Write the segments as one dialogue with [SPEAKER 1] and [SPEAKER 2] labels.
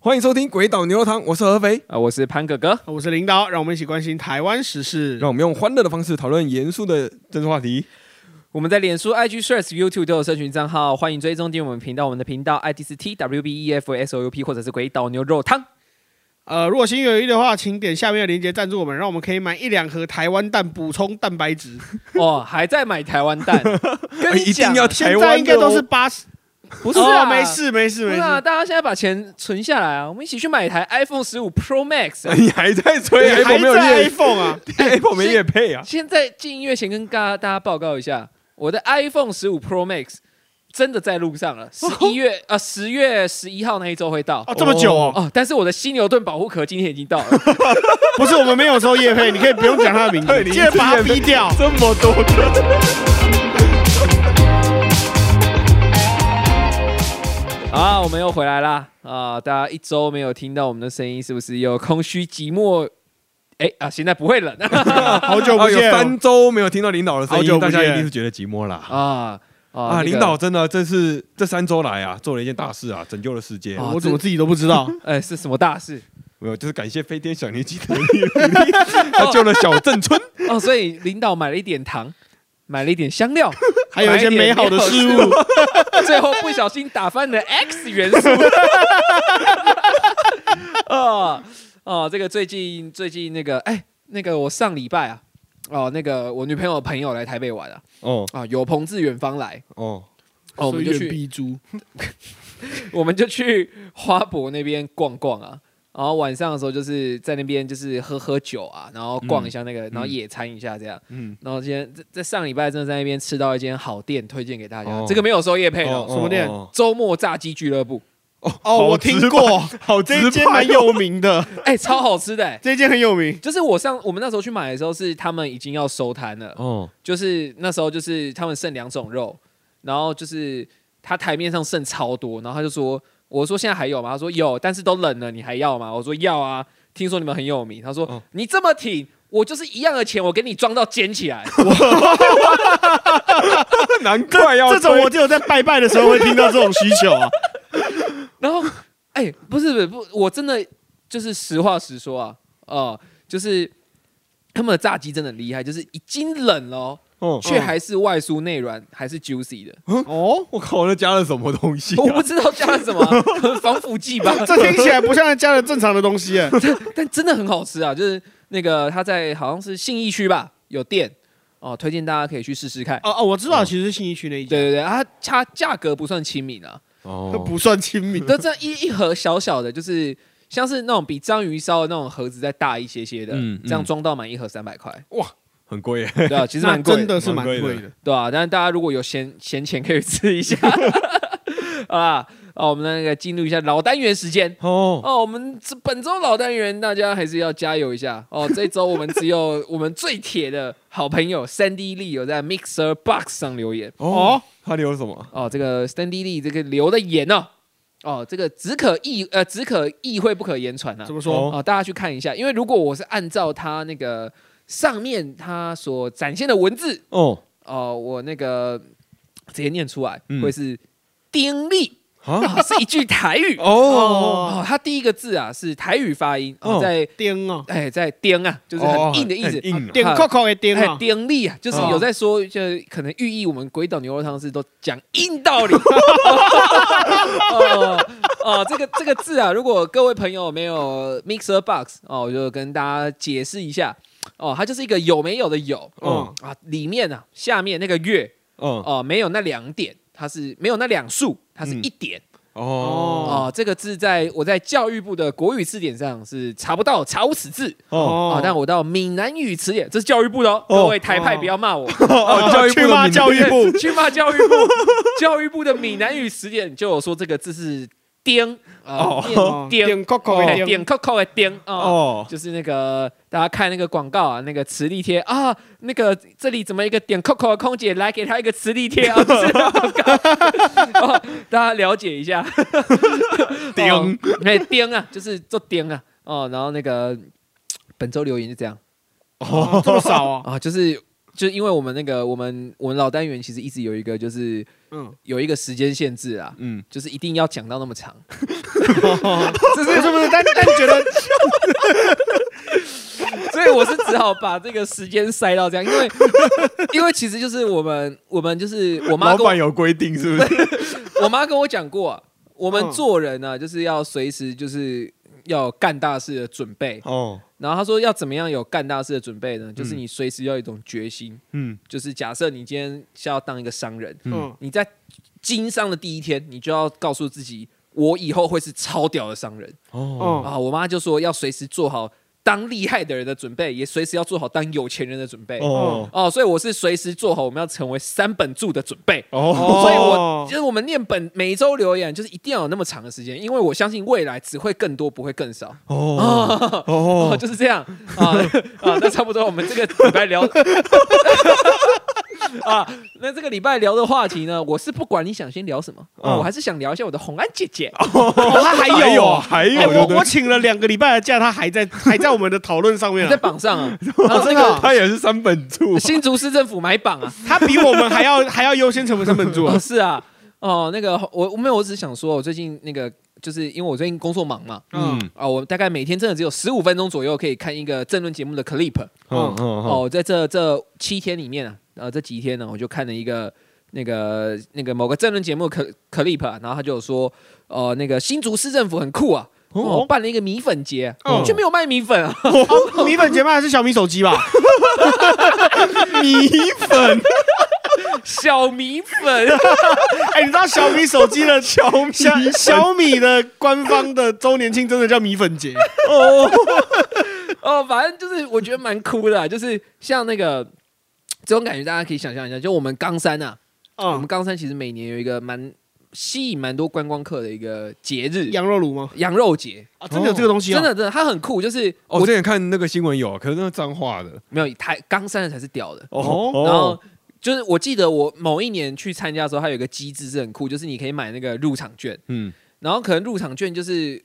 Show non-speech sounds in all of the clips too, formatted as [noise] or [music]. [SPEAKER 1] 欢迎收听《鬼岛牛肉汤》，我是合肥。
[SPEAKER 2] 啊，我是潘哥哥，
[SPEAKER 3] 我是林导，让我们一起关心台湾时事。
[SPEAKER 1] 让我们用欢乐的方式讨论严肃的政治话题。
[SPEAKER 2] 我们在脸书、IG、Shirts、YouTube 都有社群账号，欢迎追踪订阅我们频道。我们的频道 ID 是 E TWBEFSOUP 或者是鬼岛牛肉汤。
[SPEAKER 3] [laughs] 呃，如果心有余的话，请点下面的链接赞助我们，让我们可以买一两盒台湾蛋补充蛋白质。
[SPEAKER 2] 哦，还在买台湾
[SPEAKER 3] [laughs]
[SPEAKER 2] 蛋，
[SPEAKER 3] 哎
[SPEAKER 2] 跟你
[SPEAKER 1] 一定
[SPEAKER 2] 讲
[SPEAKER 1] 要
[SPEAKER 2] 啊
[SPEAKER 1] 台
[SPEAKER 3] 现
[SPEAKER 1] 湾的
[SPEAKER 3] 在
[SPEAKER 1] 哦
[SPEAKER 3] 应该都是八十，
[SPEAKER 2] 不
[SPEAKER 3] 不
[SPEAKER 2] 是啊，
[SPEAKER 3] 哦没，事没事
[SPEAKER 2] 不
[SPEAKER 3] 没
[SPEAKER 2] 是啊，
[SPEAKER 3] 事。
[SPEAKER 2] 大家现在把钱存下来啊，我们一起去买一台 iPhone 十五 Pro
[SPEAKER 3] 哎
[SPEAKER 2] Max 啊、
[SPEAKER 1] 哦 [laughs] 你还在吹
[SPEAKER 3] 还
[SPEAKER 1] Apple 没有 [laughs]
[SPEAKER 3] 在
[SPEAKER 1] 业
[SPEAKER 3] iPhone 啊，
[SPEAKER 1] Apple 没业配啊？
[SPEAKER 2] 现在进音乐前跟大大家报告一下，我的 iPhone 十五 Pro Max 真的在路上了，十一月啊十月十一号那一周会到
[SPEAKER 3] [laughs] 哦这么久哦，
[SPEAKER 2] 哦，但是我的犀牛盾保护壳今天已经到了。
[SPEAKER 3] 不是我们没有收叶配，你可以不用讲他的名
[SPEAKER 1] 对
[SPEAKER 3] 字，
[SPEAKER 1] 你
[SPEAKER 3] 记得把他逼掉。
[SPEAKER 1] 这么多个，
[SPEAKER 2] 啊，我们又回来啦！啊，大家一周没有听到我们的声音，是不是又空虚寂寞？哎啊，现在不会
[SPEAKER 3] [laughs]
[SPEAKER 2] 冷
[SPEAKER 3] 好久不
[SPEAKER 1] 啊有
[SPEAKER 3] 见哦，
[SPEAKER 1] 三周没有听到领导的声
[SPEAKER 3] 好久
[SPEAKER 1] 音，
[SPEAKER 3] 不
[SPEAKER 1] 大家
[SPEAKER 3] 见
[SPEAKER 1] 一定是觉得寂寞啦。
[SPEAKER 2] 啊
[SPEAKER 1] 啊，
[SPEAKER 2] 啊！
[SPEAKER 1] 领
[SPEAKER 2] 那个
[SPEAKER 1] 导，真的这是这三周来啊，做了一件大事啊，拯救了世界。
[SPEAKER 2] 啊
[SPEAKER 3] 我怎么自己都不知 [laughs] 道？
[SPEAKER 2] 哎，是什么大事？
[SPEAKER 1] 没有，就是感谢飞天小年鸡的努力，他救了小镇村。
[SPEAKER 2] 哦，所以领导买了一点糖，买了一点香料，
[SPEAKER 3] [laughs] 还有一些美好的事物，
[SPEAKER 2] [laughs] 最后不小心打翻了 X 元素。 [laughs] 啊啊，这个最近最近那个，哎，那个我上礼拜啊，哦，那个我女朋友的朋友来台北玩啊，
[SPEAKER 1] 哦
[SPEAKER 2] 啊，有朋自远方来，
[SPEAKER 1] 哦，
[SPEAKER 2] 哦，我们就
[SPEAKER 3] 所以
[SPEAKER 2] 去
[SPEAKER 3] 远避猪。
[SPEAKER 2] 我们就去花博那边逛逛啊，然后晚上的时候就是在那边就是喝喝酒啊，然后逛一下那个，然后野餐一下这样。
[SPEAKER 1] 嗯，
[SPEAKER 2] 然后今天在在上礼拜真的在那边吃到一间好店，推荐给大家。
[SPEAKER 1] 哦
[SPEAKER 2] 这个没有收夜配
[SPEAKER 1] 哦
[SPEAKER 2] 哦，
[SPEAKER 3] 什么店
[SPEAKER 1] 哦
[SPEAKER 2] 周末炸鸡俱乐部，
[SPEAKER 3] 哦，我听过，
[SPEAKER 1] 哦好
[SPEAKER 3] 这
[SPEAKER 1] 直
[SPEAKER 3] 一
[SPEAKER 1] 接
[SPEAKER 3] 间蛮有名的，
[SPEAKER 2] 哎、超好吃的、哎
[SPEAKER 3] 这一间很有名。
[SPEAKER 2] 就是我上我们那时候去买的时候，是他们已经要收摊了，
[SPEAKER 1] 哦，
[SPEAKER 2] 就是那时候就是他们剩两种肉，然后就是他台面上剩超多，然后他就说，我说现在还有吗？他说有，但是都冷了，你还要吗？我说要啊，听说你们很有名。他说、
[SPEAKER 1] 哦
[SPEAKER 2] 你这么挺，我就是一样的钱，我给你装到捡起来。
[SPEAKER 1] [laughs] 难怪要
[SPEAKER 3] 这种
[SPEAKER 1] 推
[SPEAKER 3] 我只有在拜拜的时候会听到这种需求啊。
[SPEAKER 2] 然后，哎、不是不是不，我真的就是实话实说啊，哦、就是他们的炸鸡真的很厉害，就是已经冷了哦、
[SPEAKER 1] 哦
[SPEAKER 2] 却还是外酥内软，还是 juicy 的。
[SPEAKER 3] 哦，
[SPEAKER 1] 我靠，那加了什么东西、
[SPEAKER 2] 我
[SPEAKER 1] 啊
[SPEAKER 2] 不？知道加了什么啊、防腐剂吧？
[SPEAKER 3] 这听起来不像加了正常的东西哎。
[SPEAKER 2] 但真的很好吃啊！就是那个他在好像是信义区吧有店哦，推荐大家可以去试试看。
[SPEAKER 3] [laughs] 哦哦，我知道，其实是信义区那一
[SPEAKER 2] 对
[SPEAKER 3] 家，
[SPEAKER 2] 对对，啊它它价格不算亲民啊，
[SPEAKER 3] 那
[SPEAKER 1] 哦，
[SPEAKER 3] 不算亲民。
[SPEAKER 2] 都这样一一盒小小的，就是像是那种比章鱼烧的那种盒子再大一些些的，
[SPEAKER 1] 嗯嗯
[SPEAKER 2] 这样装到满一盒三百块，
[SPEAKER 1] 很贵耶，
[SPEAKER 2] 对啊，其实蛮
[SPEAKER 3] 那
[SPEAKER 2] 贵
[SPEAKER 3] 真
[SPEAKER 2] 的，
[SPEAKER 3] 的是蛮
[SPEAKER 1] 蛮贵
[SPEAKER 3] 贵
[SPEAKER 1] 的
[SPEAKER 3] 的。
[SPEAKER 2] 对啊，但是大家如果有闲闲钱可以吃一下 [laughs] 啊啊，我们那个进入一下老单元时间。
[SPEAKER 1] 哦，
[SPEAKER 2] [laughs] 哦，我们这本周老单元，大家还是要加油一下哦。这一周我们只有 [laughs] 我们最铁的好朋友 Sandy Lee 有在 Mixer Box 上留言
[SPEAKER 1] 哦，他留了什么？
[SPEAKER 2] 哦。这个 Sandy Lee 这个留的言哦，哦，这个只可意呃只可意会不可言传啊
[SPEAKER 3] 怎。么
[SPEAKER 1] 哦
[SPEAKER 3] 说？
[SPEAKER 2] 哦，大家去看一下，因为如果我是按照他那个上面他所展现的文字
[SPEAKER 1] 哦，
[SPEAKER 2] 哦，我那个直接念出来、
[SPEAKER 1] 嗯
[SPEAKER 2] 会是丁力
[SPEAKER 1] 啊，
[SPEAKER 2] 啊，是一句台语哦
[SPEAKER 1] [laughs] 哦，
[SPEAKER 2] 哦，它第一个字啊是台语发音，
[SPEAKER 1] 哦
[SPEAKER 2] 哦、在
[SPEAKER 3] 颠哦，
[SPEAKER 2] 哎在颠啊，就是很硬的意思
[SPEAKER 1] 很。硬啊
[SPEAKER 3] 颠
[SPEAKER 2] 啊
[SPEAKER 3] Coco 的颠
[SPEAKER 2] 哎
[SPEAKER 3] 啊，，
[SPEAKER 2] 颠力啊，就是
[SPEAKER 3] 哦
[SPEAKER 2] 有在说，就可能寓意我们鬼岛牛肉汤是都讲
[SPEAKER 1] [laughs]
[SPEAKER 2] 硬道理。哦哦，这个这个字啊，如果各位朋友没有 Mixer Box 哦，我就跟大家解释一下哦，它就是一个有没有的有，
[SPEAKER 1] 嗯
[SPEAKER 2] 嗯啊，里面啊下面那个月
[SPEAKER 1] 嗯，
[SPEAKER 2] 哦没有那两点，它是没有那两竖，它是
[SPEAKER 1] 嗯
[SPEAKER 2] 一点。
[SPEAKER 1] 哦，
[SPEAKER 2] 哦，这个字在我在教育部的国语字典上是查不到，查无此字
[SPEAKER 1] 哦，
[SPEAKER 2] 啊、但我到闽南语词典，这是教育部的哦，
[SPEAKER 1] 哦
[SPEAKER 2] 各位台派不要骂我，
[SPEAKER 1] 哦，教育部
[SPEAKER 3] 去骂
[SPEAKER 1] 的
[SPEAKER 3] 教育部
[SPEAKER 2] [laughs] 去骂教育部。教育部的闽南语词典就有说这个字是“颠”啊
[SPEAKER 1] 哦，
[SPEAKER 3] 哦
[SPEAKER 2] 颠
[SPEAKER 3] 颠 Coco
[SPEAKER 2] 哎
[SPEAKER 3] 的
[SPEAKER 2] 颠
[SPEAKER 3] 颠，
[SPEAKER 2] 扣扣的颠啊。
[SPEAKER 1] 哦，
[SPEAKER 2] 就是那个大家看那个广告啊，那个磁力贴啊，那个这里怎么一个点扣扣的空姐来给她一个磁力贴啊，就是那个广告哦，大家了解一下。
[SPEAKER 1] 丁
[SPEAKER 2] 哦，哎丁啊，就是做丁啊，哦，然后那个本周留言就这样 [laughs]
[SPEAKER 3] 哦这么少啊？
[SPEAKER 2] 啊，就是就是因为我们那个我们我们老单元其实一直有一个就是
[SPEAKER 3] 嗯，
[SPEAKER 2] 有一个时间限制啊，
[SPEAKER 1] 嗯，
[SPEAKER 2] 就是一定要讲到那么长。 [laughs]
[SPEAKER 3] 这是是不是？但但觉得
[SPEAKER 2] 所以我是只好把这个时间塞到这样，因为 [laughs] 因为其实就是我们我们就是我妈
[SPEAKER 1] 老
[SPEAKER 2] 跟我
[SPEAKER 1] 板有规定是不 [laughs] 是？
[SPEAKER 2] 我妈跟我讲过、啊，我们
[SPEAKER 3] 嗯
[SPEAKER 2] 做人呢、就是要随时就是要有干大事的准备。
[SPEAKER 1] 哦，
[SPEAKER 2] 然后她说要怎么样有干大事的准备呢？就是你随时要有一种决心，
[SPEAKER 1] 嗯，
[SPEAKER 2] 就是假设你今天是要当一个商人，
[SPEAKER 3] 嗯
[SPEAKER 2] 你在经商的第一天，你就要告诉自己，我以后会是超屌的商人。
[SPEAKER 1] 哦，
[SPEAKER 3] 嗯
[SPEAKER 2] 啊，我妈就说要随时做好当厉害的人的准备，也随时要做好当有钱人的准备。哦
[SPEAKER 1] 哦，
[SPEAKER 2] 所以我是随时做好我们要成为三本柱的准备。
[SPEAKER 1] 哦，
[SPEAKER 2] 所以我就是我们念本每周留言，就是一定要有那么长的时间，因为我相信未来只会更多，不会更少。
[SPEAKER 1] 哦，
[SPEAKER 2] 哦，
[SPEAKER 1] 哦，
[SPEAKER 2] 就是这样啊啊，那差不多，我们这个礼拜聊 [laughs] 啊，那这个礼拜聊的话题呢，我是不管你想先聊什么，啊
[SPEAKER 1] 嗯
[SPEAKER 2] 我还是想聊一下我的红安姐姐。
[SPEAKER 3] 哦，他还有
[SPEAKER 1] 有，啊
[SPEAKER 3] 哦
[SPEAKER 1] 还有，
[SPEAKER 3] 哎
[SPEAKER 1] 对
[SPEAKER 3] 我
[SPEAKER 1] 不对
[SPEAKER 3] 我请了两个礼拜的假，他还在还在我们的讨论上
[SPEAKER 2] [laughs]
[SPEAKER 3] 面
[SPEAKER 2] 在
[SPEAKER 3] 啊，
[SPEAKER 2] 榜上
[SPEAKER 3] [laughs]
[SPEAKER 2] 啊，然后那
[SPEAKER 3] 真的
[SPEAKER 2] 个
[SPEAKER 3] 啊
[SPEAKER 1] 他也是三本柱，
[SPEAKER 2] 新竹市政府买榜啊，
[SPEAKER 3] 他比我们还要还要优先成为三本柱
[SPEAKER 2] [laughs]
[SPEAKER 3] 啊
[SPEAKER 2] 哦，是啊，哦，那个我我没有，我只是想说，我最近那个就是因为我最近工作忙嘛，
[SPEAKER 3] 嗯
[SPEAKER 1] 嗯，
[SPEAKER 2] 啊，我大概每天真的只有十五分钟左右可以看一个政论节目的 clip。
[SPEAKER 1] 哦哦，
[SPEAKER 2] 哦，在这这七天里面啊，呃，这几天呢，我就看了一个那个那个某个政论节目的 cl- clip，、啊、然后他就有说，呃，那个新竹市政府很酷啊，哦，办了一个米粉节，
[SPEAKER 3] 哦
[SPEAKER 2] 却没有卖米粉啊， [laughs]
[SPEAKER 3] 哦米粉节吗？还是小米手机吧？ [laughs]
[SPEAKER 1] 米粉，
[SPEAKER 2] 小米粉，
[SPEAKER 3] [laughs] 哎，你知道小米手机的 [laughs] 小米小米的官方的周年庆真的叫米粉 [laughs] 节？
[SPEAKER 2] [laughs] 哦，反正就是我觉得蛮酷的啊、就是像那个这种感觉，大家可以想象一下，就我们冈山啊，我们
[SPEAKER 3] 嗯，
[SPEAKER 2] 冈山其实每年有一个蛮吸引蛮多观光客的一个节日，
[SPEAKER 3] 羊肉炉吗？
[SPEAKER 2] 羊肉节，
[SPEAKER 3] 啊，真的有这个东西啊？
[SPEAKER 2] 真的真的，它很酷，就是
[SPEAKER 1] 哦，
[SPEAKER 2] 我
[SPEAKER 1] 我之前看那个新闻有，可是那是脏话的，
[SPEAKER 2] 没有台冈山的才是屌的。
[SPEAKER 1] 哦，
[SPEAKER 2] 然后就是我记得我某一年去参加的时候，它有一个机制是很酷，就是你可以买那个入场券，
[SPEAKER 1] 嗯，
[SPEAKER 2] 然后可能入场券就是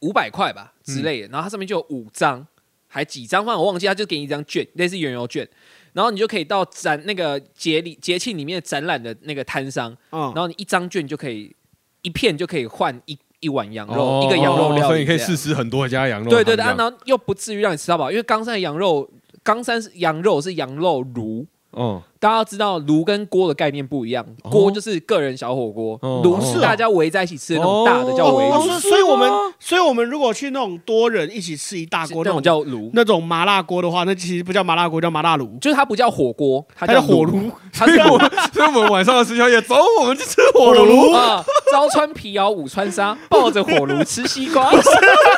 [SPEAKER 2] 五百块吧之类的，
[SPEAKER 1] 嗯
[SPEAKER 2] 然后它上面就有五张，还几张反正我忘记，它就给你一张券，类似原油券，然后你就可以到展那个节里节庆里面展览的那个摊商，
[SPEAKER 3] 嗯
[SPEAKER 1] 哦
[SPEAKER 2] 然，后你一张券就可以一片就可以换一一碗羊肉，
[SPEAKER 1] 哦
[SPEAKER 2] 一个羊肉料理这样，
[SPEAKER 1] 所以你可以试吃很多家羊肉，
[SPEAKER 2] 对对对，啊然后又不至于让你吃到饱，因为冈山的羊肉，冈山是羊肉是羊肉炉。
[SPEAKER 1] 哦，
[SPEAKER 2] 大家要知道炉跟锅的概念不一样，
[SPEAKER 1] 哦
[SPEAKER 2] 锅就是个人小火锅
[SPEAKER 1] 哦，
[SPEAKER 2] 炉
[SPEAKER 1] 是
[SPEAKER 2] 是
[SPEAKER 1] 哦
[SPEAKER 2] 大家围在一起吃的那种
[SPEAKER 1] 哦
[SPEAKER 2] 大的叫围
[SPEAKER 3] 哦，
[SPEAKER 2] 炉，
[SPEAKER 3] 所以所以我们所以我们如果去那种多人一起吃一大
[SPEAKER 2] 是
[SPEAKER 3] 锅
[SPEAKER 2] 那
[SPEAKER 3] 那
[SPEAKER 2] 种
[SPEAKER 3] 种
[SPEAKER 2] 叫炉，
[SPEAKER 3] 那种麻辣锅的话，那其实不叫麻辣锅，叫麻辣炉，
[SPEAKER 2] 就是它不叫火锅，它
[SPEAKER 3] 它叫火
[SPEAKER 2] 火，
[SPEAKER 3] 炉。
[SPEAKER 2] 它
[SPEAKER 1] 所以
[SPEAKER 2] 是
[SPEAKER 1] 我所以我们晚上要吃宵夜，走，我们去吃火
[SPEAKER 3] 火
[SPEAKER 1] 炉
[SPEAKER 2] [laughs]
[SPEAKER 3] 炉，
[SPEAKER 2] 啊，朝穿皮袄午穿纱，抱着火炉吃西瓜。
[SPEAKER 3] [laughs]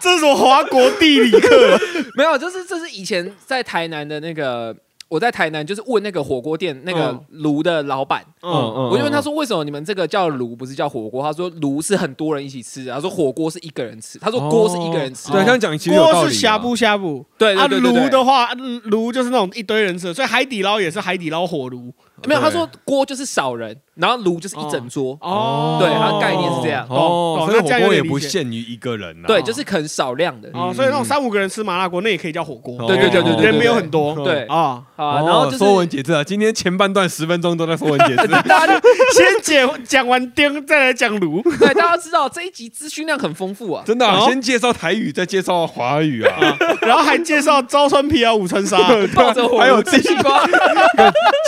[SPEAKER 3] 这是什么华国地理课？
[SPEAKER 2] 没有，就是这是以前在台南的那个，我在台南就是问那个火锅店那个
[SPEAKER 3] 嗯
[SPEAKER 2] 炉的老板，
[SPEAKER 3] [laughs] 嗯，
[SPEAKER 2] 我就问他，说：“为什么你们这个叫炉，不是叫火锅？”他说：“炉是很多人一起吃的，他说火锅是一个人吃，他
[SPEAKER 3] 哦
[SPEAKER 2] 说锅是一个人吃。
[SPEAKER 1] 哦对，
[SPEAKER 2] 对
[SPEAKER 1] 这样讲其实有道
[SPEAKER 3] 锅
[SPEAKER 1] 理，啊
[SPEAKER 3] 是呷哺呷哺，
[SPEAKER 2] 对
[SPEAKER 3] 啊
[SPEAKER 2] 对对对
[SPEAKER 3] 炉
[SPEAKER 2] 对
[SPEAKER 3] 的话，嗯炉就是那种一堆人吃的，所以海底捞也是海底捞火炉。
[SPEAKER 2] 没有，
[SPEAKER 1] 对
[SPEAKER 2] 他说锅就是少人，然后炉就是一整桌。
[SPEAKER 1] 哦
[SPEAKER 2] 对它的概念是这样
[SPEAKER 1] 哦，
[SPEAKER 3] 懂
[SPEAKER 1] 所以
[SPEAKER 3] 懂那这样
[SPEAKER 1] 火
[SPEAKER 3] 有
[SPEAKER 1] 锅也
[SPEAKER 3] 点
[SPEAKER 1] 不
[SPEAKER 3] 理解
[SPEAKER 1] 限于一个人啊，
[SPEAKER 2] 对，就是很少量的。
[SPEAKER 3] 哦，所以那种三五个人吃麻辣锅，那也可以叫火锅。
[SPEAKER 2] 哦
[SPEAKER 1] 对对对对对对
[SPEAKER 3] 人没有很多。
[SPEAKER 1] 对
[SPEAKER 2] 对，
[SPEAKER 3] 啊，
[SPEAKER 2] 好啊，然后
[SPEAKER 1] 哦说文
[SPEAKER 2] 就是
[SPEAKER 1] 解字啊，今天前半段十分钟都在说文解
[SPEAKER 2] [laughs]
[SPEAKER 1] 字，
[SPEAKER 3] 大家就先讲讲完丁，再来讲炉。
[SPEAKER 2] 对大家知道这一集资讯量很丰富
[SPEAKER 3] [laughs]
[SPEAKER 2] 啊。
[SPEAKER 1] 真的啊、
[SPEAKER 3] 哦
[SPEAKER 1] 先介绍台语，再介绍华语啊。
[SPEAKER 3] 然后还介绍招穿皮啊袄五
[SPEAKER 2] [laughs]
[SPEAKER 3] 穿纱，
[SPEAKER 2] 抱着火
[SPEAKER 1] 还有
[SPEAKER 2] 炉吃西瓜，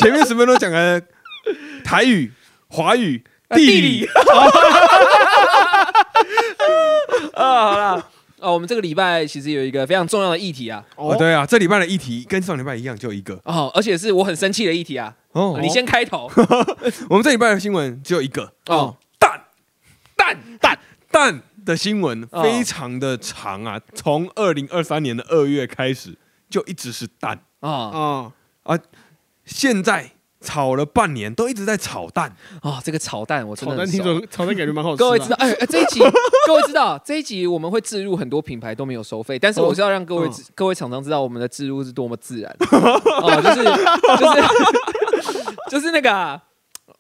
[SPEAKER 1] 前面十分钟讲的台语、华语、
[SPEAKER 2] 啊地
[SPEAKER 1] 理，
[SPEAKER 2] 理啊，好啦，哦，我们这个礼拜其实有一个非常重要的议题啊，
[SPEAKER 1] 哦，对啊，这礼拜的议题跟上礼拜一样，就一个
[SPEAKER 2] 哦，而且是我很生气的议题啊。
[SPEAKER 1] 哦。
[SPEAKER 2] 你先开头
[SPEAKER 1] 我们这礼拜的新闻只有一个
[SPEAKER 2] 哦，
[SPEAKER 1] 蛋
[SPEAKER 2] 蛋蛋
[SPEAKER 1] 蛋的新闻
[SPEAKER 2] 哦
[SPEAKER 1] 非常的长啊，从二零二三年的二月开始就一直是蛋，
[SPEAKER 2] 啊
[SPEAKER 3] 啊，
[SPEAKER 1] 现在炒了半年都一直在炒蛋，
[SPEAKER 2] 啊！这个炒蛋我真
[SPEAKER 3] 炒
[SPEAKER 2] 的
[SPEAKER 3] 蛋
[SPEAKER 2] 很
[SPEAKER 3] 听
[SPEAKER 2] 熟。
[SPEAKER 3] 着炒蛋感觉蛮好吃的。
[SPEAKER 2] 各位知道，哎、哎这一
[SPEAKER 3] [laughs]
[SPEAKER 2] 集各位知道，这一集我们会置入很多品牌都没有收费，但是我是要让各位、
[SPEAKER 3] 嗯
[SPEAKER 2] 各位厂商知道我们的置入是多么自然， [laughs] 哦，就是就是就是 [laughs] 那个啊、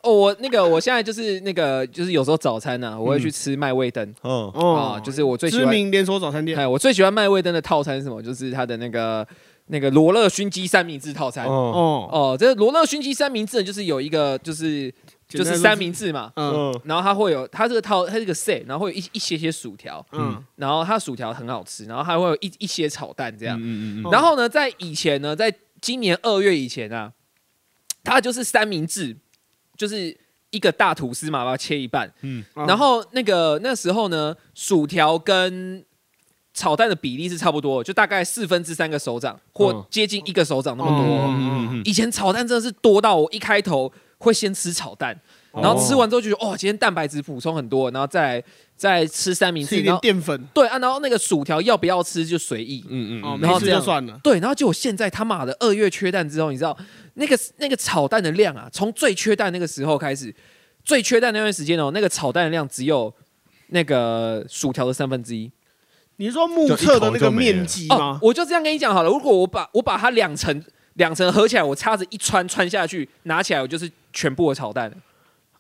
[SPEAKER 2] 哦，我那个我现在就是那个就是有时候早餐呢、啊我会去吃麦味登
[SPEAKER 1] 哦
[SPEAKER 2] 啊、就是我最喜
[SPEAKER 3] 嗯知
[SPEAKER 2] 欢嗯
[SPEAKER 3] 名连锁早餐店
[SPEAKER 2] 哎，我最喜欢麦味登的套餐是什么？就是它的那个那个罗勒熏鸡三明治套餐。
[SPEAKER 1] 哦
[SPEAKER 3] 哦，
[SPEAKER 2] 哦，这个罗勒熏鸡三明治就是有一个就是就
[SPEAKER 3] 简单
[SPEAKER 2] 是
[SPEAKER 3] 说
[SPEAKER 2] 三，明治嘛，
[SPEAKER 3] 嗯
[SPEAKER 1] 嗯
[SPEAKER 2] 然后它会有它这个套它这个 set，然后会有一一些些薯条，
[SPEAKER 3] 嗯
[SPEAKER 2] 然后它薯条很好吃，然后还会有一一些炒蛋这样。
[SPEAKER 1] 嗯嗯嗯
[SPEAKER 3] 哦
[SPEAKER 2] 然后呢，在以前呢，在今年二月以前啊，它就是三明治，就是一个大吐司嘛，把它切一半。
[SPEAKER 1] 嗯
[SPEAKER 3] 嗯，
[SPEAKER 2] 然后那个那时候呢，薯条跟炒蛋的比例是差不多的，就大概四分之三个手掌，或
[SPEAKER 1] 嗯
[SPEAKER 2] 接近一个手掌那么
[SPEAKER 1] 嗯
[SPEAKER 2] 多。
[SPEAKER 1] 嗯嗯嗯
[SPEAKER 2] 以前炒蛋真的是多到我一开头会先吃炒蛋，然后吃完之后就觉得哦，今天蛋白质补充很多，然后再来再吃三明治，
[SPEAKER 3] 吃一
[SPEAKER 2] 然
[SPEAKER 3] 点
[SPEAKER 2] 后
[SPEAKER 3] 淀粉，
[SPEAKER 2] 对啊，然后那个薯条要不要吃就随意。
[SPEAKER 1] 嗯嗯
[SPEAKER 3] 哦，
[SPEAKER 1] 嗯，
[SPEAKER 3] 没
[SPEAKER 2] 然后
[SPEAKER 3] 吃
[SPEAKER 2] 这
[SPEAKER 3] 就
[SPEAKER 2] 样
[SPEAKER 3] 算了，
[SPEAKER 2] 对，然后结果现在他妈的二月缺蛋之后，你知道那个那个炒蛋的量啊，从最缺蛋那个时候开始，最缺蛋那段时间哦，那个炒蛋的量只有那个薯条的三分之一
[SPEAKER 3] 你说目测的那个面积
[SPEAKER 2] 哦
[SPEAKER 3] 吗。？
[SPEAKER 2] 我就这样跟你讲好了，如果我把我把它两层两层合起来，我叉子一穿穿下去，拿起来我就是全部的炒蛋了，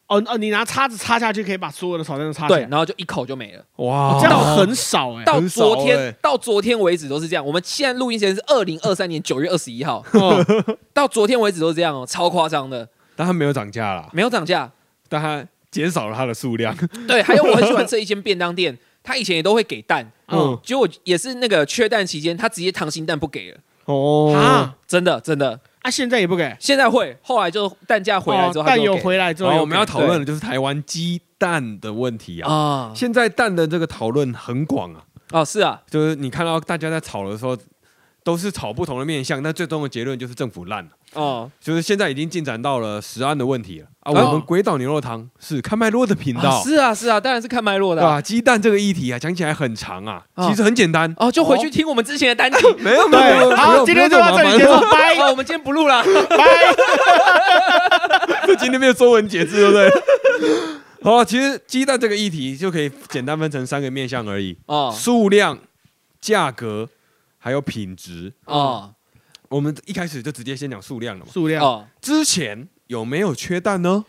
[SPEAKER 3] 哦哦，你拿叉子插下去，可以把所有的炒蛋都插起
[SPEAKER 2] 对，
[SPEAKER 3] 来，
[SPEAKER 2] 然后就一口就没了。
[SPEAKER 1] 哇，
[SPEAKER 3] 哦这样很少
[SPEAKER 2] [laughs]
[SPEAKER 3] 哎。
[SPEAKER 2] 到
[SPEAKER 1] 很少
[SPEAKER 2] 昨天、
[SPEAKER 1] 欸
[SPEAKER 2] 到昨天为止都是这样，我们现在录音时间是二零二三年九月二十一号，
[SPEAKER 3] 哦
[SPEAKER 2] [laughs] 到昨天为止都是这样哦，超夸张的，
[SPEAKER 1] 但它没有涨价啦，
[SPEAKER 2] 没有涨价。
[SPEAKER 1] 但它减少了它的数量。
[SPEAKER 2] 对，还有我很喜欢吃一间便当店，他以前也都会给蛋，哦
[SPEAKER 3] 嗯
[SPEAKER 1] 嗯
[SPEAKER 2] 结果也是那个缺蛋期间，他直接溏心蛋不给了，
[SPEAKER 1] 哦，
[SPEAKER 3] 啊
[SPEAKER 2] 真的真的。
[SPEAKER 3] 啊，现在也不给，
[SPEAKER 2] 现在会，后来就蛋价回来之后，
[SPEAKER 3] 哦蛋有回来之后
[SPEAKER 1] 然
[SPEAKER 3] 有给，
[SPEAKER 1] 后我们要讨论的就是台湾鸡蛋的问题啊。
[SPEAKER 2] 啊
[SPEAKER 1] 现在蛋的这个讨论很广啊，
[SPEAKER 2] 哦是啊，
[SPEAKER 1] 就是你看到大家在吵的时候，都是吵不同的面向，但最终的结论就是政府烂了。
[SPEAKER 2] 哦
[SPEAKER 1] 就是现在已经进展到了食安的问题了啊！
[SPEAKER 2] 哦
[SPEAKER 1] 我们鬼岛牛肉汤是看脉络的频道
[SPEAKER 2] 啊，是啊是啊，当然是看脉络的啊
[SPEAKER 1] 啊，鸡蛋这个议题啊，讲起来很长啊，
[SPEAKER 2] 哦
[SPEAKER 1] 其实很简单
[SPEAKER 2] 哦，就回去听我们之前的单集。
[SPEAKER 1] [laughs] 没有没有没有，
[SPEAKER 3] 对，
[SPEAKER 1] 没
[SPEAKER 3] 好，
[SPEAKER 1] 有
[SPEAKER 3] 今天就到这里结，
[SPEAKER 1] 没有
[SPEAKER 3] 束
[SPEAKER 1] 麻烦，
[SPEAKER 3] 拜
[SPEAKER 2] 哦，我们今天不录了。
[SPEAKER 3] 拜。
[SPEAKER 1] [laughs] 这今天变说文解字，对不对？ [laughs] 好，其实鸡蛋这个议题就可以简单分成三个面向而已：
[SPEAKER 2] 哦
[SPEAKER 1] 数量、价格，还有品质。
[SPEAKER 2] 哦
[SPEAKER 1] 我们一开始就直接先讲数量了嘛。
[SPEAKER 3] 数量
[SPEAKER 2] 哦，
[SPEAKER 1] 之前有没有缺蛋呢？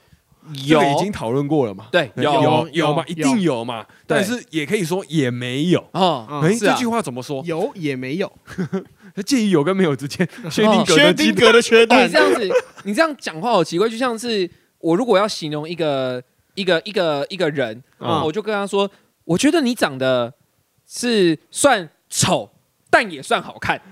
[SPEAKER 2] 有
[SPEAKER 1] 这个已经讨论过了嘛？
[SPEAKER 2] 对有
[SPEAKER 1] 有
[SPEAKER 3] 有
[SPEAKER 1] 嘛，
[SPEAKER 3] 有
[SPEAKER 1] 一定有嘛。但是也可以说也没有。
[SPEAKER 2] 哦，
[SPEAKER 1] 哎，
[SPEAKER 3] 嗯
[SPEAKER 2] 是啊
[SPEAKER 1] 这句话怎么说？
[SPEAKER 3] 有也没有，
[SPEAKER 1] 介于有跟没有之
[SPEAKER 2] [laughs]
[SPEAKER 1] 间，薛定谔
[SPEAKER 3] 薛
[SPEAKER 1] 的鸡
[SPEAKER 3] 定
[SPEAKER 1] [laughs] 蛋
[SPEAKER 3] 谔的缺
[SPEAKER 2] 哦
[SPEAKER 3] 蛋
[SPEAKER 2] 你这，样子，你这样讲话好奇怪，就像是我如果要形容一个一个一个一个人，
[SPEAKER 1] 嗯。
[SPEAKER 2] 我就跟他说，我觉得你长得是算丑，但也算好看。 [laughs]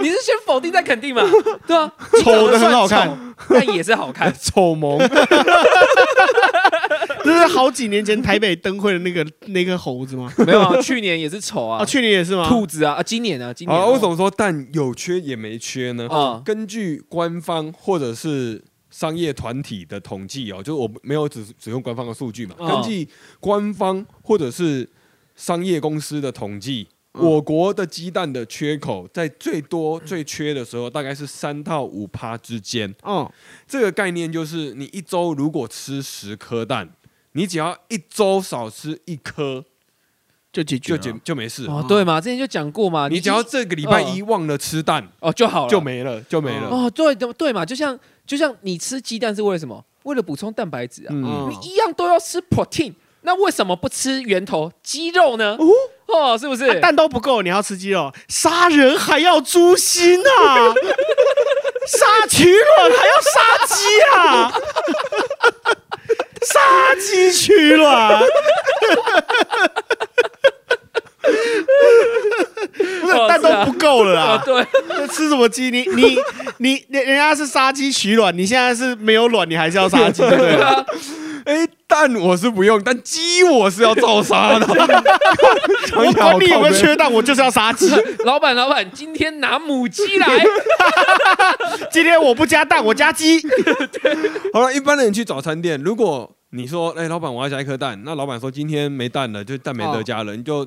[SPEAKER 2] 你是先否定再肯定嘛？对啊，你长
[SPEAKER 3] 丑得很好
[SPEAKER 2] 算丑，但也是好看
[SPEAKER 1] 丑萌。
[SPEAKER 3] 这是好几年前台北灯会的那个那个猴子吗？
[SPEAKER 2] 没有啊，去年也是丑啊
[SPEAKER 3] 啊，，去年也是吗？
[SPEAKER 2] 兔子啊，啊，今年啊，今年啊
[SPEAKER 1] 好，哦为什么说蛋有缺也没缺呢？
[SPEAKER 2] 啊
[SPEAKER 1] 根据官方或者是商业团体的统计哦，就是我没有只只用官方的数据嘛，
[SPEAKER 2] 啊
[SPEAKER 3] 嗯
[SPEAKER 1] 根据官方或者是商业公司的统计，
[SPEAKER 2] 啊
[SPEAKER 3] 嗯
[SPEAKER 1] 我国的鸡蛋的缺口在最多最缺的时候大概是三到五趴之间。
[SPEAKER 3] 哦，
[SPEAKER 1] 这个概念就是，你一周如果吃十颗蛋，你只要一周少吃一颗，
[SPEAKER 3] 就解决
[SPEAKER 1] 就
[SPEAKER 3] 了
[SPEAKER 1] 解就没事。
[SPEAKER 2] 哦，对嘛，之前就讲过嘛，
[SPEAKER 1] 你只要这个礼拜一忘了吃蛋，
[SPEAKER 2] 哦就好了，
[SPEAKER 1] 就没了，就没了。
[SPEAKER 2] 哦，对对对嘛，就像就像你吃鸡蛋是为了什么？为了补充蛋白质啊。
[SPEAKER 1] 嗯，
[SPEAKER 2] 你一样都要吃 protein，那为什么不吃源头鸡肉呢？哦是不是？
[SPEAKER 3] 啊蛋都不够，你还要吃鸡肉，杀人还要诛心 [laughs] 啊！杀取卵还要杀鸡啊！杀鸡取卵，不是
[SPEAKER 2] 哦
[SPEAKER 3] 蛋
[SPEAKER 2] 是啊
[SPEAKER 3] 都不够了
[SPEAKER 2] 啊，
[SPEAKER 3] 啦，
[SPEAKER 2] 对， [laughs]
[SPEAKER 3] 那吃什么鸡？你 [laughs] 你你人人家是杀鸡取卵，你现在是没有卵，你还是要杀鸡，对不对
[SPEAKER 1] [laughs]
[SPEAKER 2] 对？啊，
[SPEAKER 1] 哎，蛋我是不用，但鸡我是要照杀的。
[SPEAKER 3] 我管你有没有缺蛋，我就是要
[SPEAKER 1] [laughs]
[SPEAKER 3] 杀鸡。
[SPEAKER 2] 老板，老板，今天拿母鸡来，
[SPEAKER 3] 今天我不加蛋，我加鸡。
[SPEAKER 1] 好了，一般人去早餐店，如果你说，哎，老板我要加一颗蛋，那老板说今天没蛋了，就蛋没得加了，你就。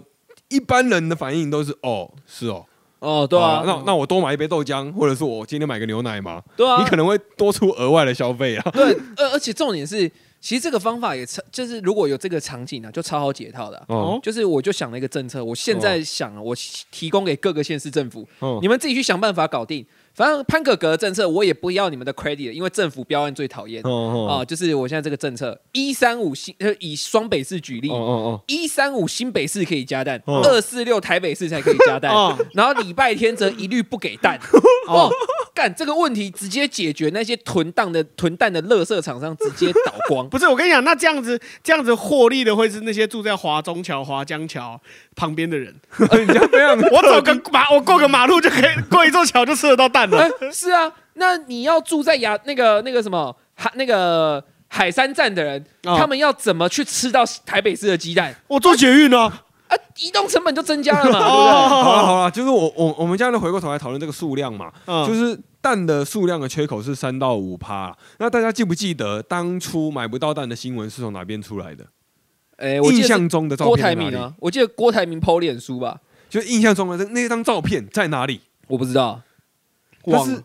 [SPEAKER 1] 一般人的反应都是哦，是哦，
[SPEAKER 2] 哦，对
[SPEAKER 1] 好啦
[SPEAKER 2] 啊，
[SPEAKER 1] 那那我多买一杯豆浆，或者是我今天买个牛奶嘛，
[SPEAKER 2] 对啊，
[SPEAKER 1] 你可能会多出额外的消费啊。
[SPEAKER 2] 对，而而且重点是，其实这个方法也超，就是如果有这个场景呢、啊，就超好解套的啊、
[SPEAKER 1] 哦，
[SPEAKER 2] 就是我就想了一个政策，我现在想啊，我提供给各个县市政府，
[SPEAKER 1] 哦
[SPEAKER 2] 你们自己去想办法搞定。反正潘哥哥的政策我也不要你们的 credit，因为政府标案最讨厌
[SPEAKER 1] 哦
[SPEAKER 2] 啊，
[SPEAKER 1] 哦
[SPEAKER 2] 就是我现在这个政策，一三五新呃以双北市举例
[SPEAKER 1] 哦，哦
[SPEAKER 2] 一三五新北市可以加蛋，
[SPEAKER 1] 哦
[SPEAKER 2] 二四六台北市才可以加蛋，
[SPEAKER 3] 哦。
[SPEAKER 2] 然后礼拜天则一律不
[SPEAKER 1] [laughs]
[SPEAKER 2] 给蛋。哦，干这个问题直接解决那些囤蛋的囤蛋的垃圾厂商直接倒光
[SPEAKER 3] 不是，我跟你讲，那这样子这样子获利的会是那些住在华中桥、华江桥旁边的人。
[SPEAKER 1] 哦， [laughs] 你这样非
[SPEAKER 3] [laughs]
[SPEAKER 1] 常
[SPEAKER 3] 我走个马，我过个马路就可以，过一座桥就吃得到蛋了。
[SPEAKER 2] 哎，是啊，那你要住在亚那个那个什么海那个海山站的人，
[SPEAKER 3] 哦
[SPEAKER 2] 他们要怎么去吃到台北市的鸡蛋
[SPEAKER 3] 我做捷运呢。
[SPEAKER 2] 啊？移动成本就增加了嘛，对不对？
[SPEAKER 1] 好了
[SPEAKER 3] 哦，
[SPEAKER 1] 好了，就是我我我们现在回过头来讨论这个数量嘛，
[SPEAKER 3] 嗯
[SPEAKER 1] 就是蛋的数量的缺口是三到五趴。那大家记不记得当初买不到蛋的新闻是从哪边出来的？
[SPEAKER 2] 哎，我
[SPEAKER 1] 印
[SPEAKER 2] 记得是
[SPEAKER 1] 象中的照
[SPEAKER 2] 郭
[SPEAKER 1] 片
[SPEAKER 2] 台
[SPEAKER 1] 在哪
[SPEAKER 2] 铭
[SPEAKER 1] 里？
[SPEAKER 2] 啊，我记得郭台铭剖脸书吧，
[SPEAKER 1] 就印象中的那那张照片在哪里？
[SPEAKER 2] 我不知道。
[SPEAKER 1] 但
[SPEAKER 3] 忘
[SPEAKER 1] 是
[SPEAKER 3] 了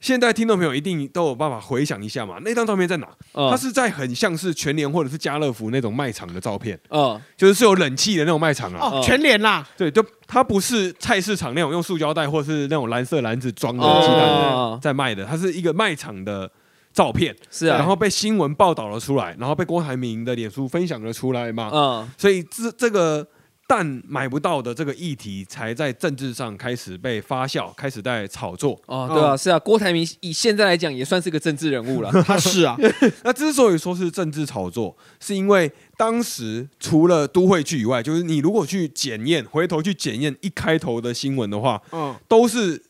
[SPEAKER 1] 现在听众朋友一定都有办法回想一下嘛，那张照片在哪？
[SPEAKER 2] 嗯
[SPEAKER 1] 它是在很像是全联或者是家乐福那种卖场的照片，
[SPEAKER 2] 嗯
[SPEAKER 1] 就是是有冷气的那种卖场啊。
[SPEAKER 3] 哦，全
[SPEAKER 1] [laughs]
[SPEAKER 3] 脸啦，
[SPEAKER 1] 对，就它不是菜市场那种用塑胶袋或是那种蓝色篮子装的嗯鸡蛋
[SPEAKER 2] 哦，
[SPEAKER 1] 在卖的，它是一个卖场的照片，
[SPEAKER 2] 是啊，
[SPEAKER 1] 然后被新闻报道了出来，然后被郭台铭的脸书分享了出来嘛，
[SPEAKER 2] 嗯
[SPEAKER 1] 所以这这个。蛋买不到的这个议题，才在政治上开始被发酵，开始在炒作。
[SPEAKER 2] 哦，对
[SPEAKER 1] 嗯
[SPEAKER 2] 啊，是啊，郭台铭以现在来讲也算是个政治人物
[SPEAKER 1] [laughs]
[SPEAKER 2] 了。
[SPEAKER 3] 他是啊，
[SPEAKER 1] 那之所以说是政治炒作，是因为当时除了都会区以外，就是你如果去检验，回头去检验一开头的新闻的话，
[SPEAKER 3] 嗯，
[SPEAKER 1] 都是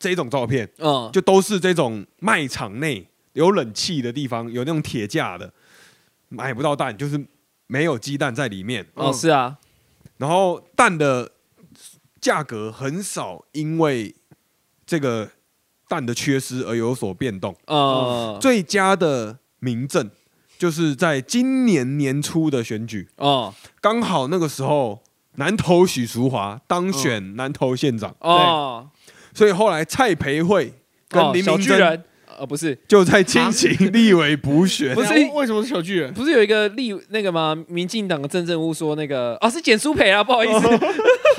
[SPEAKER 1] 这种照片，
[SPEAKER 2] 嗯，
[SPEAKER 1] 就都是这种卖场内有冷气的地方，有那种铁架的，买不到蛋，就是没有鸡蛋在里面，
[SPEAKER 2] 哦，是啊，
[SPEAKER 1] 然后蛋的价格很少因为这个蛋的缺失而有所变动。
[SPEAKER 3] 啊
[SPEAKER 2] 嗯，
[SPEAKER 1] 最佳的民政就是在今年年初的选举，
[SPEAKER 2] 哦
[SPEAKER 1] 刚好那个时候南投许淑华当选南投县
[SPEAKER 3] 嗯
[SPEAKER 1] 长，
[SPEAKER 2] 哦，
[SPEAKER 1] 所以后来蔡培慧跟
[SPEAKER 2] 哦
[SPEAKER 1] 林
[SPEAKER 2] 小
[SPEAKER 1] 明
[SPEAKER 2] 巨
[SPEAKER 1] 珍
[SPEAKER 2] 人，呃，不是，
[SPEAKER 1] 就在进行立委补选
[SPEAKER 2] 不。是
[SPEAKER 3] 对啊为什么是小巨人？
[SPEAKER 2] 不是有一个立那个吗？民进党的郑政务说那个，哦，是简书培啊，不好意思，
[SPEAKER 1] 哦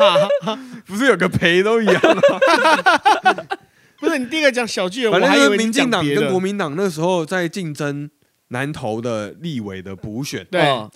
[SPEAKER 2] [laughs]
[SPEAKER 3] 哈，
[SPEAKER 1] 不是有个陪都一样，
[SPEAKER 3] 不是你第一个讲小巨人，
[SPEAKER 1] 反
[SPEAKER 3] [laughs] 我
[SPEAKER 1] 正
[SPEAKER 3] 还以
[SPEAKER 1] 就是
[SPEAKER 3] 为
[SPEAKER 1] 民
[SPEAKER 3] 你讲
[SPEAKER 1] 进党
[SPEAKER 3] 别
[SPEAKER 1] 跟
[SPEAKER 3] 的
[SPEAKER 1] 国。民党那时候在竞争南投的立委的补选。
[SPEAKER 3] 对
[SPEAKER 2] 哦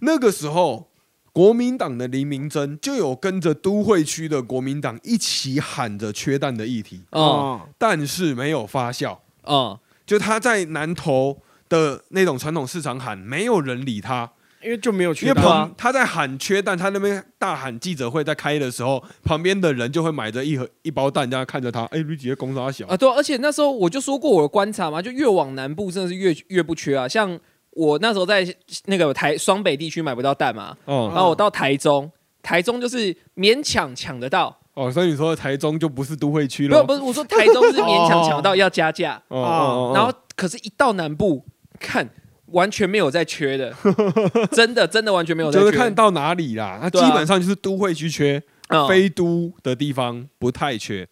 [SPEAKER 1] 那个时候，国民党的林明珍就有跟着都会区的国民党一起喊着缺蛋的议题，
[SPEAKER 2] 哦
[SPEAKER 3] 嗯
[SPEAKER 1] 但是没有发酵。
[SPEAKER 2] 哦
[SPEAKER 1] 就他在南投的那种传统市场喊，没有人理他，
[SPEAKER 3] 因为就没有
[SPEAKER 1] 因
[SPEAKER 3] 去
[SPEAKER 1] 为
[SPEAKER 2] 蛋啊
[SPEAKER 1] 旁他在喊缺蛋，他那边大喊记者会在开的时候，旁边的人就会买着一盒一包蛋，这样看着他，哎、吕姐公差小，
[SPEAKER 2] 啊，对啊，而且那时候我就说过我的观察嘛，就越往南部真的是越越不缺啊，像我那时候在那个台双北地区买不到蛋嘛，然
[SPEAKER 1] 哦
[SPEAKER 2] 后我到台中，台中就是勉强抢得到，
[SPEAKER 1] 哦，所以你说的台中就不是都会区
[SPEAKER 2] 不
[SPEAKER 1] 了
[SPEAKER 2] 是，不是，我说台中是勉强抢得到要加价，
[SPEAKER 1] 哦哦，哦
[SPEAKER 2] 然后可是，一到南部看完全没有在缺
[SPEAKER 1] [laughs]
[SPEAKER 2] 的，真的真的完全没有在
[SPEAKER 1] 就
[SPEAKER 2] 缺。
[SPEAKER 1] 是看到哪里啦，那
[SPEAKER 2] 对啊
[SPEAKER 1] 基本上就是都会区缺。
[SPEAKER 2] 嗯
[SPEAKER 1] 非都的地方不太缺。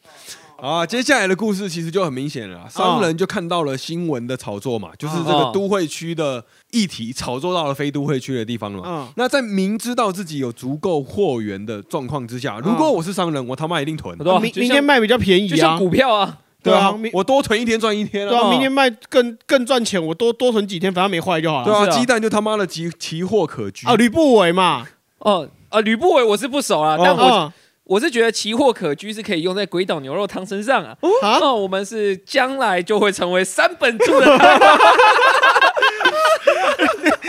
[SPEAKER 1] 啊，接下来的故事其实就很明显了啦，商人就看到了新闻的炒作嘛，就是这个
[SPEAKER 2] 哦
[SPEAKER 1] 都会区的议题炒作到了非都会区的地方了嘛。
[SPEAKER 3] 嗯
[SPEAKER 1] 那在明知道自己有足够货源的状况之下，如果我是商人，我他妈一定囤
[SPEAKER 2] 我，说
[SPEAKER 3] 啊明
[SPEAKER 2] 就
[SPEAKER 3] 明
[SPEAKER 2] 像
[SPEAKER 3] 天卖比较便宜
[SPEAKER 2] 就
[SPEAKER 3] 啊
[SPEAKER 2] 像，股票啊，
[SPEAKER 1] 对
[SPEAKER 3] 对啊
[SPEAKER 1] 啊
[SPEAKER 3] 明，
[SPEAKER 1] 我多囤一天赚一天
[SPEAKER 3] 对
[SPEAKER 1] 啊，
[SPEAKER 3] 啊，
[SPEAKER 2] 哦
[SPEAKER 3] 明天卖更更赚钱，我多多存几天，反正没坏就好
[SPEAKER 1] 对
[SPEAKER 3] 了。
[SPEAKER 1] 啊，
[SPEAKER 2] 是啊
[SPEAKER 1] 鸡蛋就他妈的奇奇货可居
[SPEAKER 3] 啊，吕不韦嘛，
[SPEAKER 2] 哦啊，吕不韦我是不熟啊，
[SPEAKER 1] 哦
[SPEAKER 2] 但我
[SPEAKER 3] 啊
[SPEAKER 2] 我是觉得奇货可居是可以用在鬼岛牛肉汤身上啊。
[SPEAKER 3] 啊，
[SPEAKER 2] 哦，我们是将来就会成为三本柱的汤。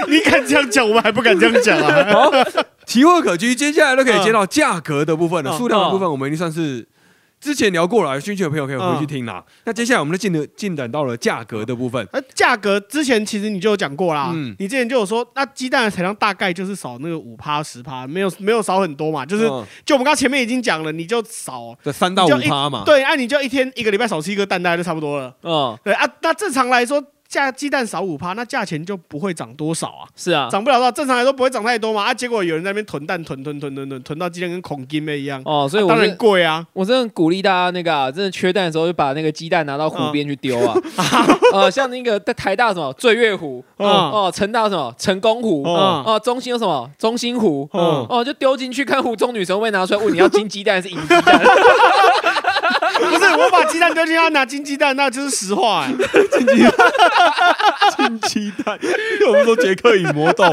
[SPEAKER 3] 你敢这样讲，我们还不敢这样讲
[SPEAKER 2] [laughs]
[SPEAKER 3] 啊。
[SPEAKER 2] 哦
[SPEAKER 1] 好，奇货可居。接下来都可以接到价格的部分了，
[SPEAKER 3] 嗯
[SPEAKER 1] 数量的部分我们已经算是之前聊过了，有兴趣的朋友可以回去听啦。那接下来我们就进的进展到了价格的部分。
[SPEAKER 3] 那啊价格之前其实你就有讲过啦，
[SPEAKER 1] 嗯
[SPEAKER 3] 你之前就有说，那鸡蛋的产量大概就是少那个五趴十趴，没有没有少很多嘛，就是、
[SPEAKER 1] 嗯
[SPEAKER 3] 就我们刚刚前面已经讲了，你就少，
[SPEAKER 1] 这三到
[SPEAKER 3] 你
[SPEAKER 1] 五
[SPEAKER 3] 就一
[SPEAKER 1] 趴嘛，
[SPEAKER 3] 对，啊，你就一天一个礼拜少吃一个蛋，大概就差不多了，
[SPEAKER 2] 嗯，
[SPEAKER 3] 对啊，那正常来说。价鸡蛋少五趴，那价钱就不会涨多少啊，
[SPEAKER 2] 是啊。
[SPEAKER 3] 涨不了多少。正常来说不会涨太多嘛。啊，结果有人在那边囤蛋，囤囤囤囤囤，囤到鸡蛋跟孔金妹一样，
[SPEAKER 2] 哦，所以
[SPEAKER 3] 啊
[SPEAKER 2] 我
[SPEAKER 3] 当
[SPEAKER 2] 是
[SPEAKER 3] 然贵啊。
[SPEAKER 2] 我真的鼓励大家，那个啊，真的缺蛋的时候就把那个鸡蛋拿到湖边去丢啊，呃，像那个在台大什么醉月湖，
[SPEAKER 3] 嗯
[SPEAKER 2] 哦，成大什么成功湖，
[SPEAKER 1] 哦
[SPEAKER 2] 哦，中心有什么中心湖，
[SPEAKER 1] 嗯
[SPEAKER 2] 哦，就丢进去看湖中女神会不会拿出来问你要金鸡蛋还是银鸡蛋，
[SPEAKER 3] 不是我把鸡蛋丢进去，他拿金鸡蛋，那就是实话、哎
[SPEAKER 1] 金鸡蛋， [laughs] 我们说杰克与魔豆。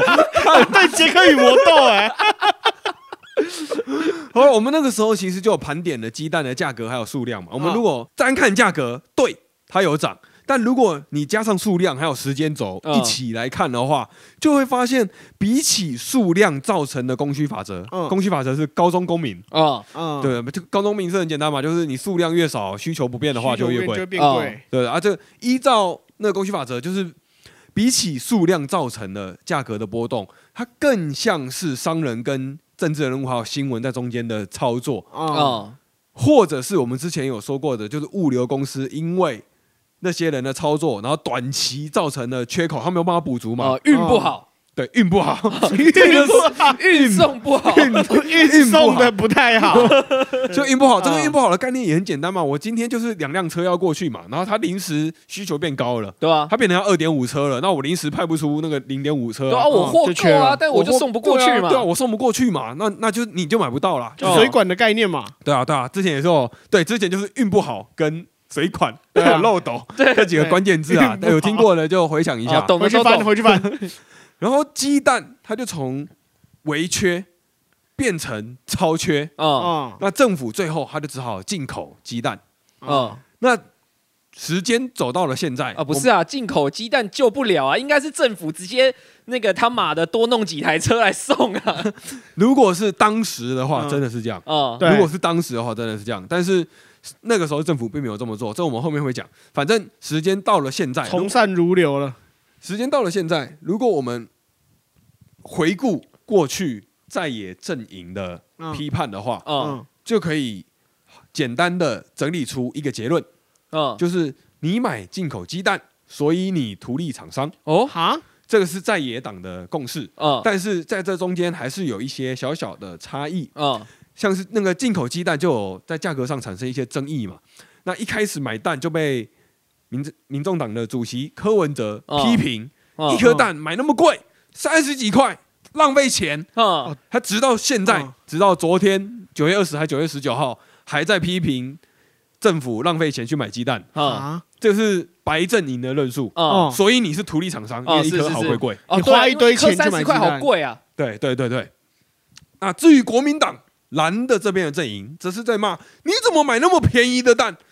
[SPEAKER 3] 对，杰克与魔豆、哎，
[SPEAKER 1] [laughs] 好，我们那个时候其实就有盘点了鸡蛋的价格还有数量嘛。我们
[SPEAKER 2] 啊
[SPEAKER 1] 如果单看价格，对它有涨，但如果你加上数量还有时间轴
[SPEAKER 2] 嗯
[SPEAKER 1] 一起来看的话，就会发现比起数量造成的供需法则
[SPEAKER 3] 嗯，
[SPEAKER 1] 供需法则是高中公民。
[SPEAKER 2] 哦，
[SPEAKER 3] 嗯，
[SPEAKER 1] 对，这个高中民是很简单嘛，就是你数量越少，需求不变的话就越
[SPEAKER 3] 就
[SPEAKER 1] 贵。
[SPEAKER 3] 变贵。
[SPEAKER 1] 对啊，这依照那个供需法则，就是比起数量造成的价格的波动，它更像是商人跟政治人物还有新闻在中间的操作。
[SPEAKER 3] 嗯，
[SPEAKER 2] 哦，
[SPEAKER 1] 或者是我们之前有说过的，就是物流公司因为那些人的操作，然后短期造成的缺口，他没有办法补足嘛，
[SPEAKER 2] 哦，运不好，
[SPEAKER 1] 对，运不好，
[SPEAKER 3] 运
[SPEAKER 2] 运送不好，
[SPEAKER 3] 运送的不太好，
[SPEAKER 1] 就运不好。这个
[SPEAKER 3] 嗯
[SPEAKER 1] 运不好的概念也很简单嘛，我今天就是两辆车要过去嘛，然后它临时需求变高了，
[SPEAKER 2] 对吧？
[SPEAKER 1] 它变成要二点五车了，那我临时派不出那个零点五车
[SPEAKER 2] 对
[SPEAKER 1] 啊、
[SPEAKER 2] 啊，我货
[SPEAKER 3] 嗯就缺
[SPEAKER 2] 够啊，
[SPEAKER 3] 了
[SPEAKER 2] 但我就
[SPEAKER 1] 货
[SPEAKER 2] 送不过去
[SPEAKER 1] 对啊
[SPEAKER 2] 嘛
[SPEAKER 1] 对。啊，我送不过去嘛，那那就你就买不到啦。
[SPEAKER 3] 就水管的概念嘛。
[SPEAKER 1] 对啊，对啊，之前也是有，对，之前就是运不好跟水
[SPEAKER 2] [laughs]
[SPEAKER 1] 款、
[SPEAKER 3] 对啊
[SPEAKER 1] 还有漏斗这几个关键字啊，
[SPEAKER 3] 对
[SPEAKER 1] 有听过的就回想一下
[SPEAKER 2] [laughs] 啊，。懂
[SPEAKER 3] 回
[SPEAKER 2] 的
[SPEAKER 3] 去
[SPEAKER 2] 都
[SPEAKER 3] 翻，
[SPEAKER 2] 懂。
[SPEAKER 3] 回去翻。
[SPEAKER 1] 然后鸡蛋它就从微缺变成超缺，
[SPEAKER 2] 嗯
[SPEAKER 3] 嗯
[SPEAKER 1] 那政府最后它就只好进口鸡蛋。
[SPEAKER 2] 嗯
[SPEAKER 1] 那时间走到了现在
[SPEAKER 2] 啊，不是啊，进口鸡蛋救不了啊，应该是政府直接那个他妈的多弄几台车来送啊。
[SPEAKER 1] 我如果是当时的话，
[SPEAKER 3] 嗯
[SPEAKER 1] 真的是这样。
[SPEAKER 2] 嗯，
[SPEAKER 3] 对
[SPEAKER 1] 如果是当时的话，真的是这样。但是那个时候政府并没有这么做，这我们后面会讲。反正时间到了现在，
[SPEAKER 3] 从善如流了。
[SPEAKER 1] 时间到了现在，如果我们回顾过去在野阵营的
[SPEAKER 3] 嗯
[SPEAKER 1] 批判的话，
[SPEAKER 2] 嗯
[SPEAKER 1] 就可以简单的整理出一个结论，
[SPEAKER 2] 嗯，
[SPEAKER 1] 就是你买进口鸡蛋，所以你图利厂商，
[SPEAKER 2] 哦，
[SPEAKER 3] 哈，
[SPEAKER 1] 这个是在野党的共识。
[SPEAKER 2] 嗯
[SPEAKER 1] 但是在这中间还是有一些小小的差异，
[SPEAKER 2] 嗯
[SPEAKER 1] 像是那个进口鸡蛋就有在价格上产生一些争议嘛。那一开始买蛋就被民民众党的主席柯文哲
[SPEAKER 2] 哦
[SPEAKER 1] 批评，
[SPEAKER 2] 嗯，
[SPEAKER 1] 一颗蛋买那么贵，三十几块，浪费钱。
[SPEAKER 3] 哦
[SPEAKER 2] 嗯
[SPEAKER 1] 他直到现在，
[SPEAKER 2] 哦
[SPEAKER 3] 嗯
[SPEAKER 1] 直到昨天九月二十还九月十九号，还在批评政府浪费钱去买鸡蛋，
[SPEAKER 2] 嗯
[SPEAKER 3] 啊，哦
[SPEAKER 1] 这是白阵营的论述。
[SPEAKER 2] 嗯。
[SPEAKER 1] 所以你是图利厂商，因
[SPEAKER 2] 哦
[SPEAKER 1] 为一
[SPEAKER 2] 是
[SPEAKER 1] 颗
[SPEAKER 2] 是
[SPEAKER 1] 好
[SPEAKER 2] 是
[SPEAKER 1] 贵贵。
[SPEAKER 2] 哦，
[SPEAKER 3] 你
[SPEAKER 2] 对啊
[SPEAKER 3] 花一
[SPEAKER 2] 因为
[SPEAKER 3] 堆
[SPEAKER 2] 一颗
[SPEAKER 3] 钱去
[SPEAKER 2] 三十
[SPEAKER 3] 买鸡
[SPEAKER 2] 块好
[SPEAKER 3] 蛋
[SPEAKER 2] 贵啊！
[SPEAKER 1] 对对对对。啊，至于国民党蓝的这边的阵营，则是在骂你怎么买那么便宜的蛋？ [laughs]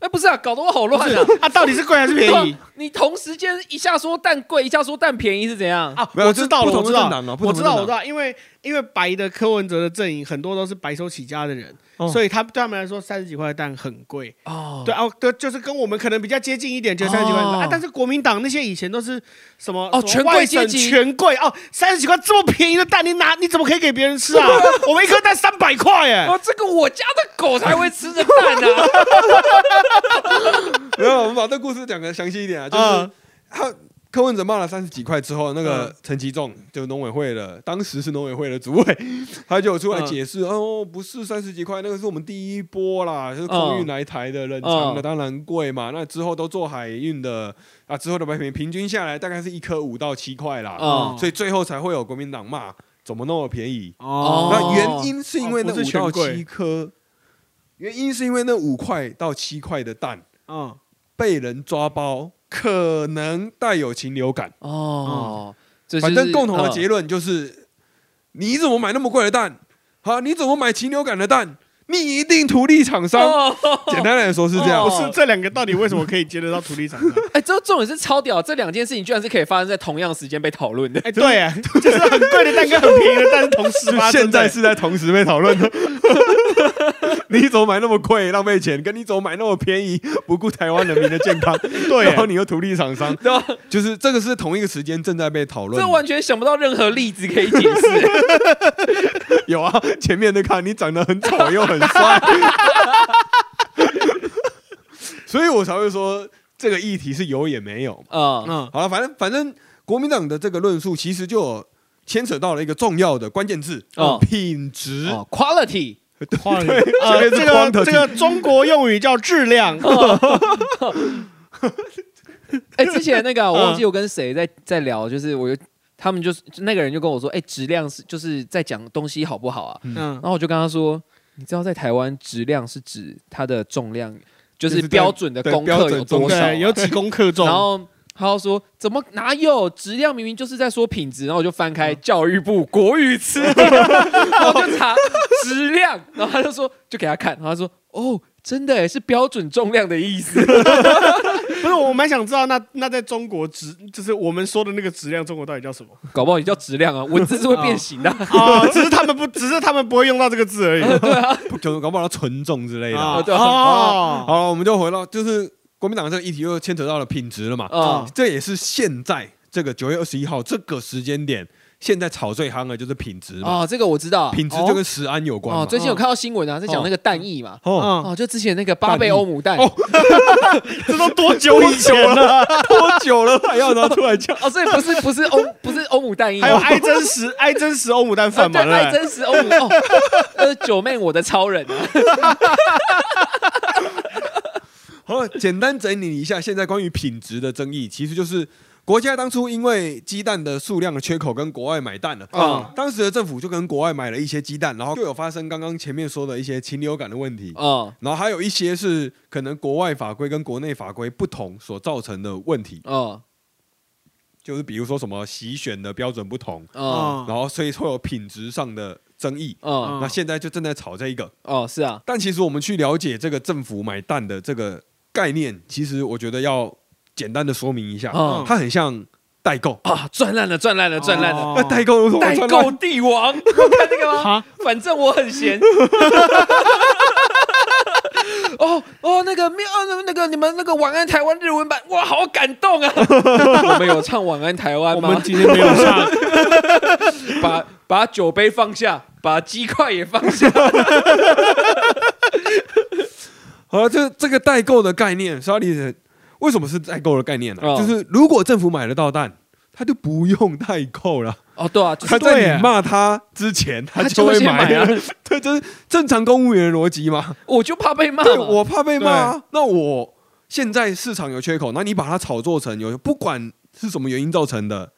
[SPEAKER 2] 哎，不是啊，搞得我好乱啊！
[SPEAKER 3] 啊，到底是贵还是
[SPEAKER 2] [laughs]
[SPEAKER 3] 便
[SPEAKER 2] 对
[SPEAKER 3] 宜
[SPEAKER 2] 啊？你同时间一下说蛋贵，一下说蛋便宜是怎样？
[SPEAKER 3] 啊？
[SPEAKER 1] 没有
[SPEAKER 3] 我知道
[SPEAKER 1] 这是
[SPEAKER 3] 了，
[SPEAKER 1] 不
[SPEAKER 3] 我
[SPEAKER 1] 同
[SPEAKER 3] 知
[SPEAKER 1] 的
[SPEAKER 3] 道
[SPEAKER 1] 政党啊，不
[SPEAKER 3] 我
[SPEAKER 1] 同
[SPEAKER 3] 知
[SPEAKER 1] 的
[SPEAKER 3] 道，
[SPEAKER 1] 政
[SPEAKER 3] 我
[SPEAKER 1] 党
[SPEAKER 3] 知道，因为因为白的柯文哲的阵营很多都是白手起家的人，
[SPEAKER 1] 哦
[SPEAKER 3] 所以他对他们来说三十几块的蛋很贵。
[SPEAKER 2] 哦
[SPEAKER 3] 对，哦，对，就是跟我们可能比较接近一点，觉得三十几块
[SPEAKER 2] 哦
[SPEAKER 3] 啊。但是国民党那些以前都是什么
[SPEAKER 2] 哦权
[SPEAKER 3] 什么
[SPEAKER 2] 贵
[SPEAKER 3] 外省
[SPEAKER 2] 阶级
[SPEAKER 3] 权贵哦，三十几块这么便宜的蛋，你拿你怎么可以给别人吃
[SPEAKER 1] [laughs]
[SPEAKER 3] 啊？我们一颗蛋三百块哎，
[SPEAKER 2] 哦，这个我家的狗才会吃的蛋啊！
[SPEAKER 1] 没有，我们把这故事讲的详细一点啊，就是
[SPEAKER 3] 嗯
[SPEAKER 1] 他柯文哲骂了三十几块之后，那
[SPEAKER 2] 嗯
[SPEAKER 1] 个陈其仲就农委会的，当时是农委会的主委， [laughs] 他就有出来解释，
[SPEAKER 2] 嗯
[SPEAKER 1] 哦，不是三十几块，那个是我们第一波啦，就是空运来台的冷藏的，
[SPEAKER 2] 嗯
[SPEAKER 1] 当然贵嘛，那之后都做海运的啊，之后的白品平均下来大概是一颗五到七块啦，
[SPEAKER 2] 嗯
[SPEAKER 1] 所以最后才会有国民党骂怎么那么便宜，
[SPEAKER 2] 哦
[SPEAKER 1] 那原因是因为那
[SPEAKER 3] 哦不
[SPEAKER 1] 五
[SPEAKER 3] 是全
[SPEAKER 1] 到
[SPEAKER 3] 贵
[SPEAKER 1] 七颗，原因是因为那五块到七块的蛋。
[SPEAKER 3] 嗯，
[SPEAKER 1] 哦被人抓包，可能带有禽流感。
[SPEAKER 2] 哦，这
[SPEAKER 1] 嗯反正共同的
[SPEAKER 2] 结
[SPEAKER 1] 结论就是，你怎么买那么贵的蛋？好，你怎么买禽流感的蛋？你一定图利厂商。
[SPEAKER 2] 哦，
[SPEAKER 1] 简单来说是这样
[SPEAKER 3] 不
[SPEAKER 2] 哦，
[SPEAKER 3] 是这两个到底为什么可以接得到土地厂商？
[SPEAKER 2] 哎，这重点是超屌，这两件事情居然是可以发生在同样时间被讨论的。 [laughs]
[SPEAKER 3] 哎，对啊， [laughs] 就是很贵的蛋跟很便宜的蛋是同 [laughs] 时发生的。
[SPEAKER 1] 现在是在同时被讨论的。 [laughs] 你怎么买那么贵，浪费钱？跟你怎么买那么便宜，不顾台湾人民的健康？
[SPEAKER 3] [laughs] 对
[SPEAKER 1] 然后
[SPEAKER 3] 耶，
[SPEAKER 1] 你又图利厂商，
[SPEAKER 2] 对吧？
[SPEAKER 1] 就是这个是同一个时间正在被讨论
[SPEAKER 2] 这
[SPEAKER 1] 的。
[SPEAKER 2] 完全想不到任何例子可以
[SPEAKER 1] [laughs]
[SPEAKER 2] 解释。
[SPEAKER 1] 有啊， [laughs] 前面的看你长得很丑又很帅， [laughs] 所以我才会说这个议题是有也没有。
[SPEAKER 2] 嗯
[SPEAKER 3] 嗯，
[SPEAKER 1] 好了，反正反正国民党的这个论述其实就有牵扯到了一个重要的关键字
[SPEAKER 2] 哦
[SPEAKER 1] 品质。
[SPEAKER 2] 哦，quality
[SPEAKER 3] 话里
[SPEAKER 1] 前
[SPEAKER 3] 呃，
[SPEAKER 1] 面是
[SPEAKER 3] 这
[SPEAKER 1] quantity
[SPEAKER 3] 个这个中国用语叫质量。
[SPEAKER 2] 哎、之前那个啊我
[SPEAKER 3] 嗯
[SPEAKER 2] 忘记我跟谁在在聊，就是我有他们就是那个人就跟我说，哎、质量是就是在讲东西好不好啊？
[SPEAKER 1] 嗯
[SPEAKER 3] 嗯
[SPEAKER 2] 然后我就跟他说，你知道在台湾质量是指它的重量，就
[SPEAKER 1] 就是是对
[SPEAKER 2] 标准的
[SPEAKER 1] 对
[SPEAKER 2] 功
[SPEAKER 1] 标
[SPEAKER 2] 课
[SPEAKER 1] 准
[SPEAKER 2] 有
[SPEAKER 1] 重
[SPEAKER 2] 多少啊、
[SPEAKER 3] 对，有几公克重
[SPEAKER 2] 然，后他又说怎么哪有质量，明明就是在说品质。然后我就翻开教育部国语 [laughs] 词典，然后我就查质量，然后他就说就给他看，然后他说哦，真的耶是标准重量的意思。 [laughs]
[SPEAKER 3] 不是，我蛮想知道那那在中国质，就是我们说的那个质量，中国到底叫什么？
[SPEAKER 2] [laughs] 搞不好也叫质量啊，文字是会变形 [laughs] 的啊。
[SPEAKER 3] 啊，只是他们不，只是他们不会用到这个字而已。
[SPEAKER 1] 就搞不好它纯种之类的啊。
[SPEAKER 3] 啊
[SPEAKER 2] 对啊
[SPEAKER 3] 哦，
[SPEAKER 1] 好了，我们就回到就是国民党这个议题又牵扯到了品质了嘛，
[SPEAKER 2] 嗯
[SPEAKER 1] 这也是现在这个九月二十一号这个时间点，现在炒最夯的就是品质嘛，
[SPEAKER 2] 哦，这个我知道，
[SPEAKER 1] 品质就跟食安有关
[SPEAKER 2] 哦，
[SPEAKER 1] 嘛。
[SPEAKER 2] 最近有看到新闻啊，在讲那个蛋液嘛，
[SPEAKER 1] 哦，
[SPEAKER 3] 嗯，
[SPEAKER 2] 哦，就之前那个八倍欧姆蛋，
[SPEAKER 1] 哦
[SPEAKER 3] 这都多久以前了？
[SPEAKER 1] 多久了还要拿出来讲？
[SPEAKER 2] 哦，所以不是不是欧不是欧姆蛋液，
[SPEAKER 3] 还有
[SPEAKER 2] 哦
[SPEAKER 3] 爱真实爱真实欧姆蛋
[SPEAKER 2] 啊
[SPEAKER 3] 饭嘛，
[SPEAKER 2] 对，
[SPEAKER 3] 对不对
[SPEAKER 2] 爱真实欧姆哦， [laughs] 呃，九妹我的超人啊，
[SPEAKER 1] [laughs] 好，简单整理一下现在关于品质的争议，其实就是国家当初因为鸡蛋的数量的缺口跟国外买蛋了。
[SPEAKER 2] 嗯
[SPEAKER 1] 当时的政府就跟国外买了一些鸡蛋，然后就有发生刚刚前面说的一些禽流感的问题。
[SPEAKER 2] 嗯
[SPEAKER 1] 然后还有一些是可能国外法规跟国内法规不同所造成的问题，
[SPEAKER 2] 嗯
[SPEAKER 1] 就是比如说什么洗选的标准不同，
[SPEAKER 2] 嗯
[SPEAKER 1] 然后所以会有品质上的争议。
[SPEAKER 2] 嗯
[SPEAKER 1] 那现在就正在炒这一个，
[SPEAKER 2] 哦，是啊，
[SPEAKER 1] 但其实我们去了解这个政府买蛋的这个概念，其实我觉得要简单的说明一下，
[SPEAKER 2] 嗯
[SPEAKER 1] 它很像代购。
[SPEAKER 2] 啊，赚烂了，赚烂了，赚烂了。
[SPEAKER 3] 哦
[SPEAKER 1] 那 [laughs] 代购有什么
[SPEAKER 2] 代
[SPEAKER 1] 赚
[SPEAKER 2] 购
[SPEAKER 1] 到？
[SPEAKER 2] 帝王，你有看那个吗
[SPEAKER 3] 哈？
[SPEAKER 2] 反正我很闲。哦哦，那个妙，呃那个你们那个晚安台湾日文版，哇，好感动啊！我们有唱晚安台湾
[SPEAKER 3] 我
[SPEAKER 2] 吗
[SPEAKER 3] 们？今天没有上，
[SPEAKER 2] [laughs] 把把酒杯放下，把鸡块也放下。
[SPEAKER 1] 好了，啊这这个代购的概念，沙利人为什么是代购的概念呢、
[SPEAKER 2] 嗯
[SPEAKER 1] 就是如果政府买得到蛋，他就不用代购了。
[SPEAKER 2] 哦， [laughs] 对啊，就
[SPEAKER 1] 他
[SPEAKER 2] 是
[SPEAKER 1] 在
[SPEAKER 3] 耶
[SPEAKER 1] 你骂他之前，他
[SPEAKER 2] 他
[SPEAKER 1] 就 [laughs]
[SPEAKER 2] 就会
[SPEAKER 1] 会
[SPEAKER 2] 先
[SPEAKER 1] 买
[SPEAKER 2] 买啊
[SPEAKER 1] 了。对，这是正常公务员的逻辑嘛？
[SPEAKER 2] 我就怕被
[SPEAKER 1] [laughs]
[SPEAKER 2] 骂嘛。
[SPEAKER 1] 对，我怕被骂啊。那我现在市场有缺口，那你把它炒作成有，不管是什么原因造成的，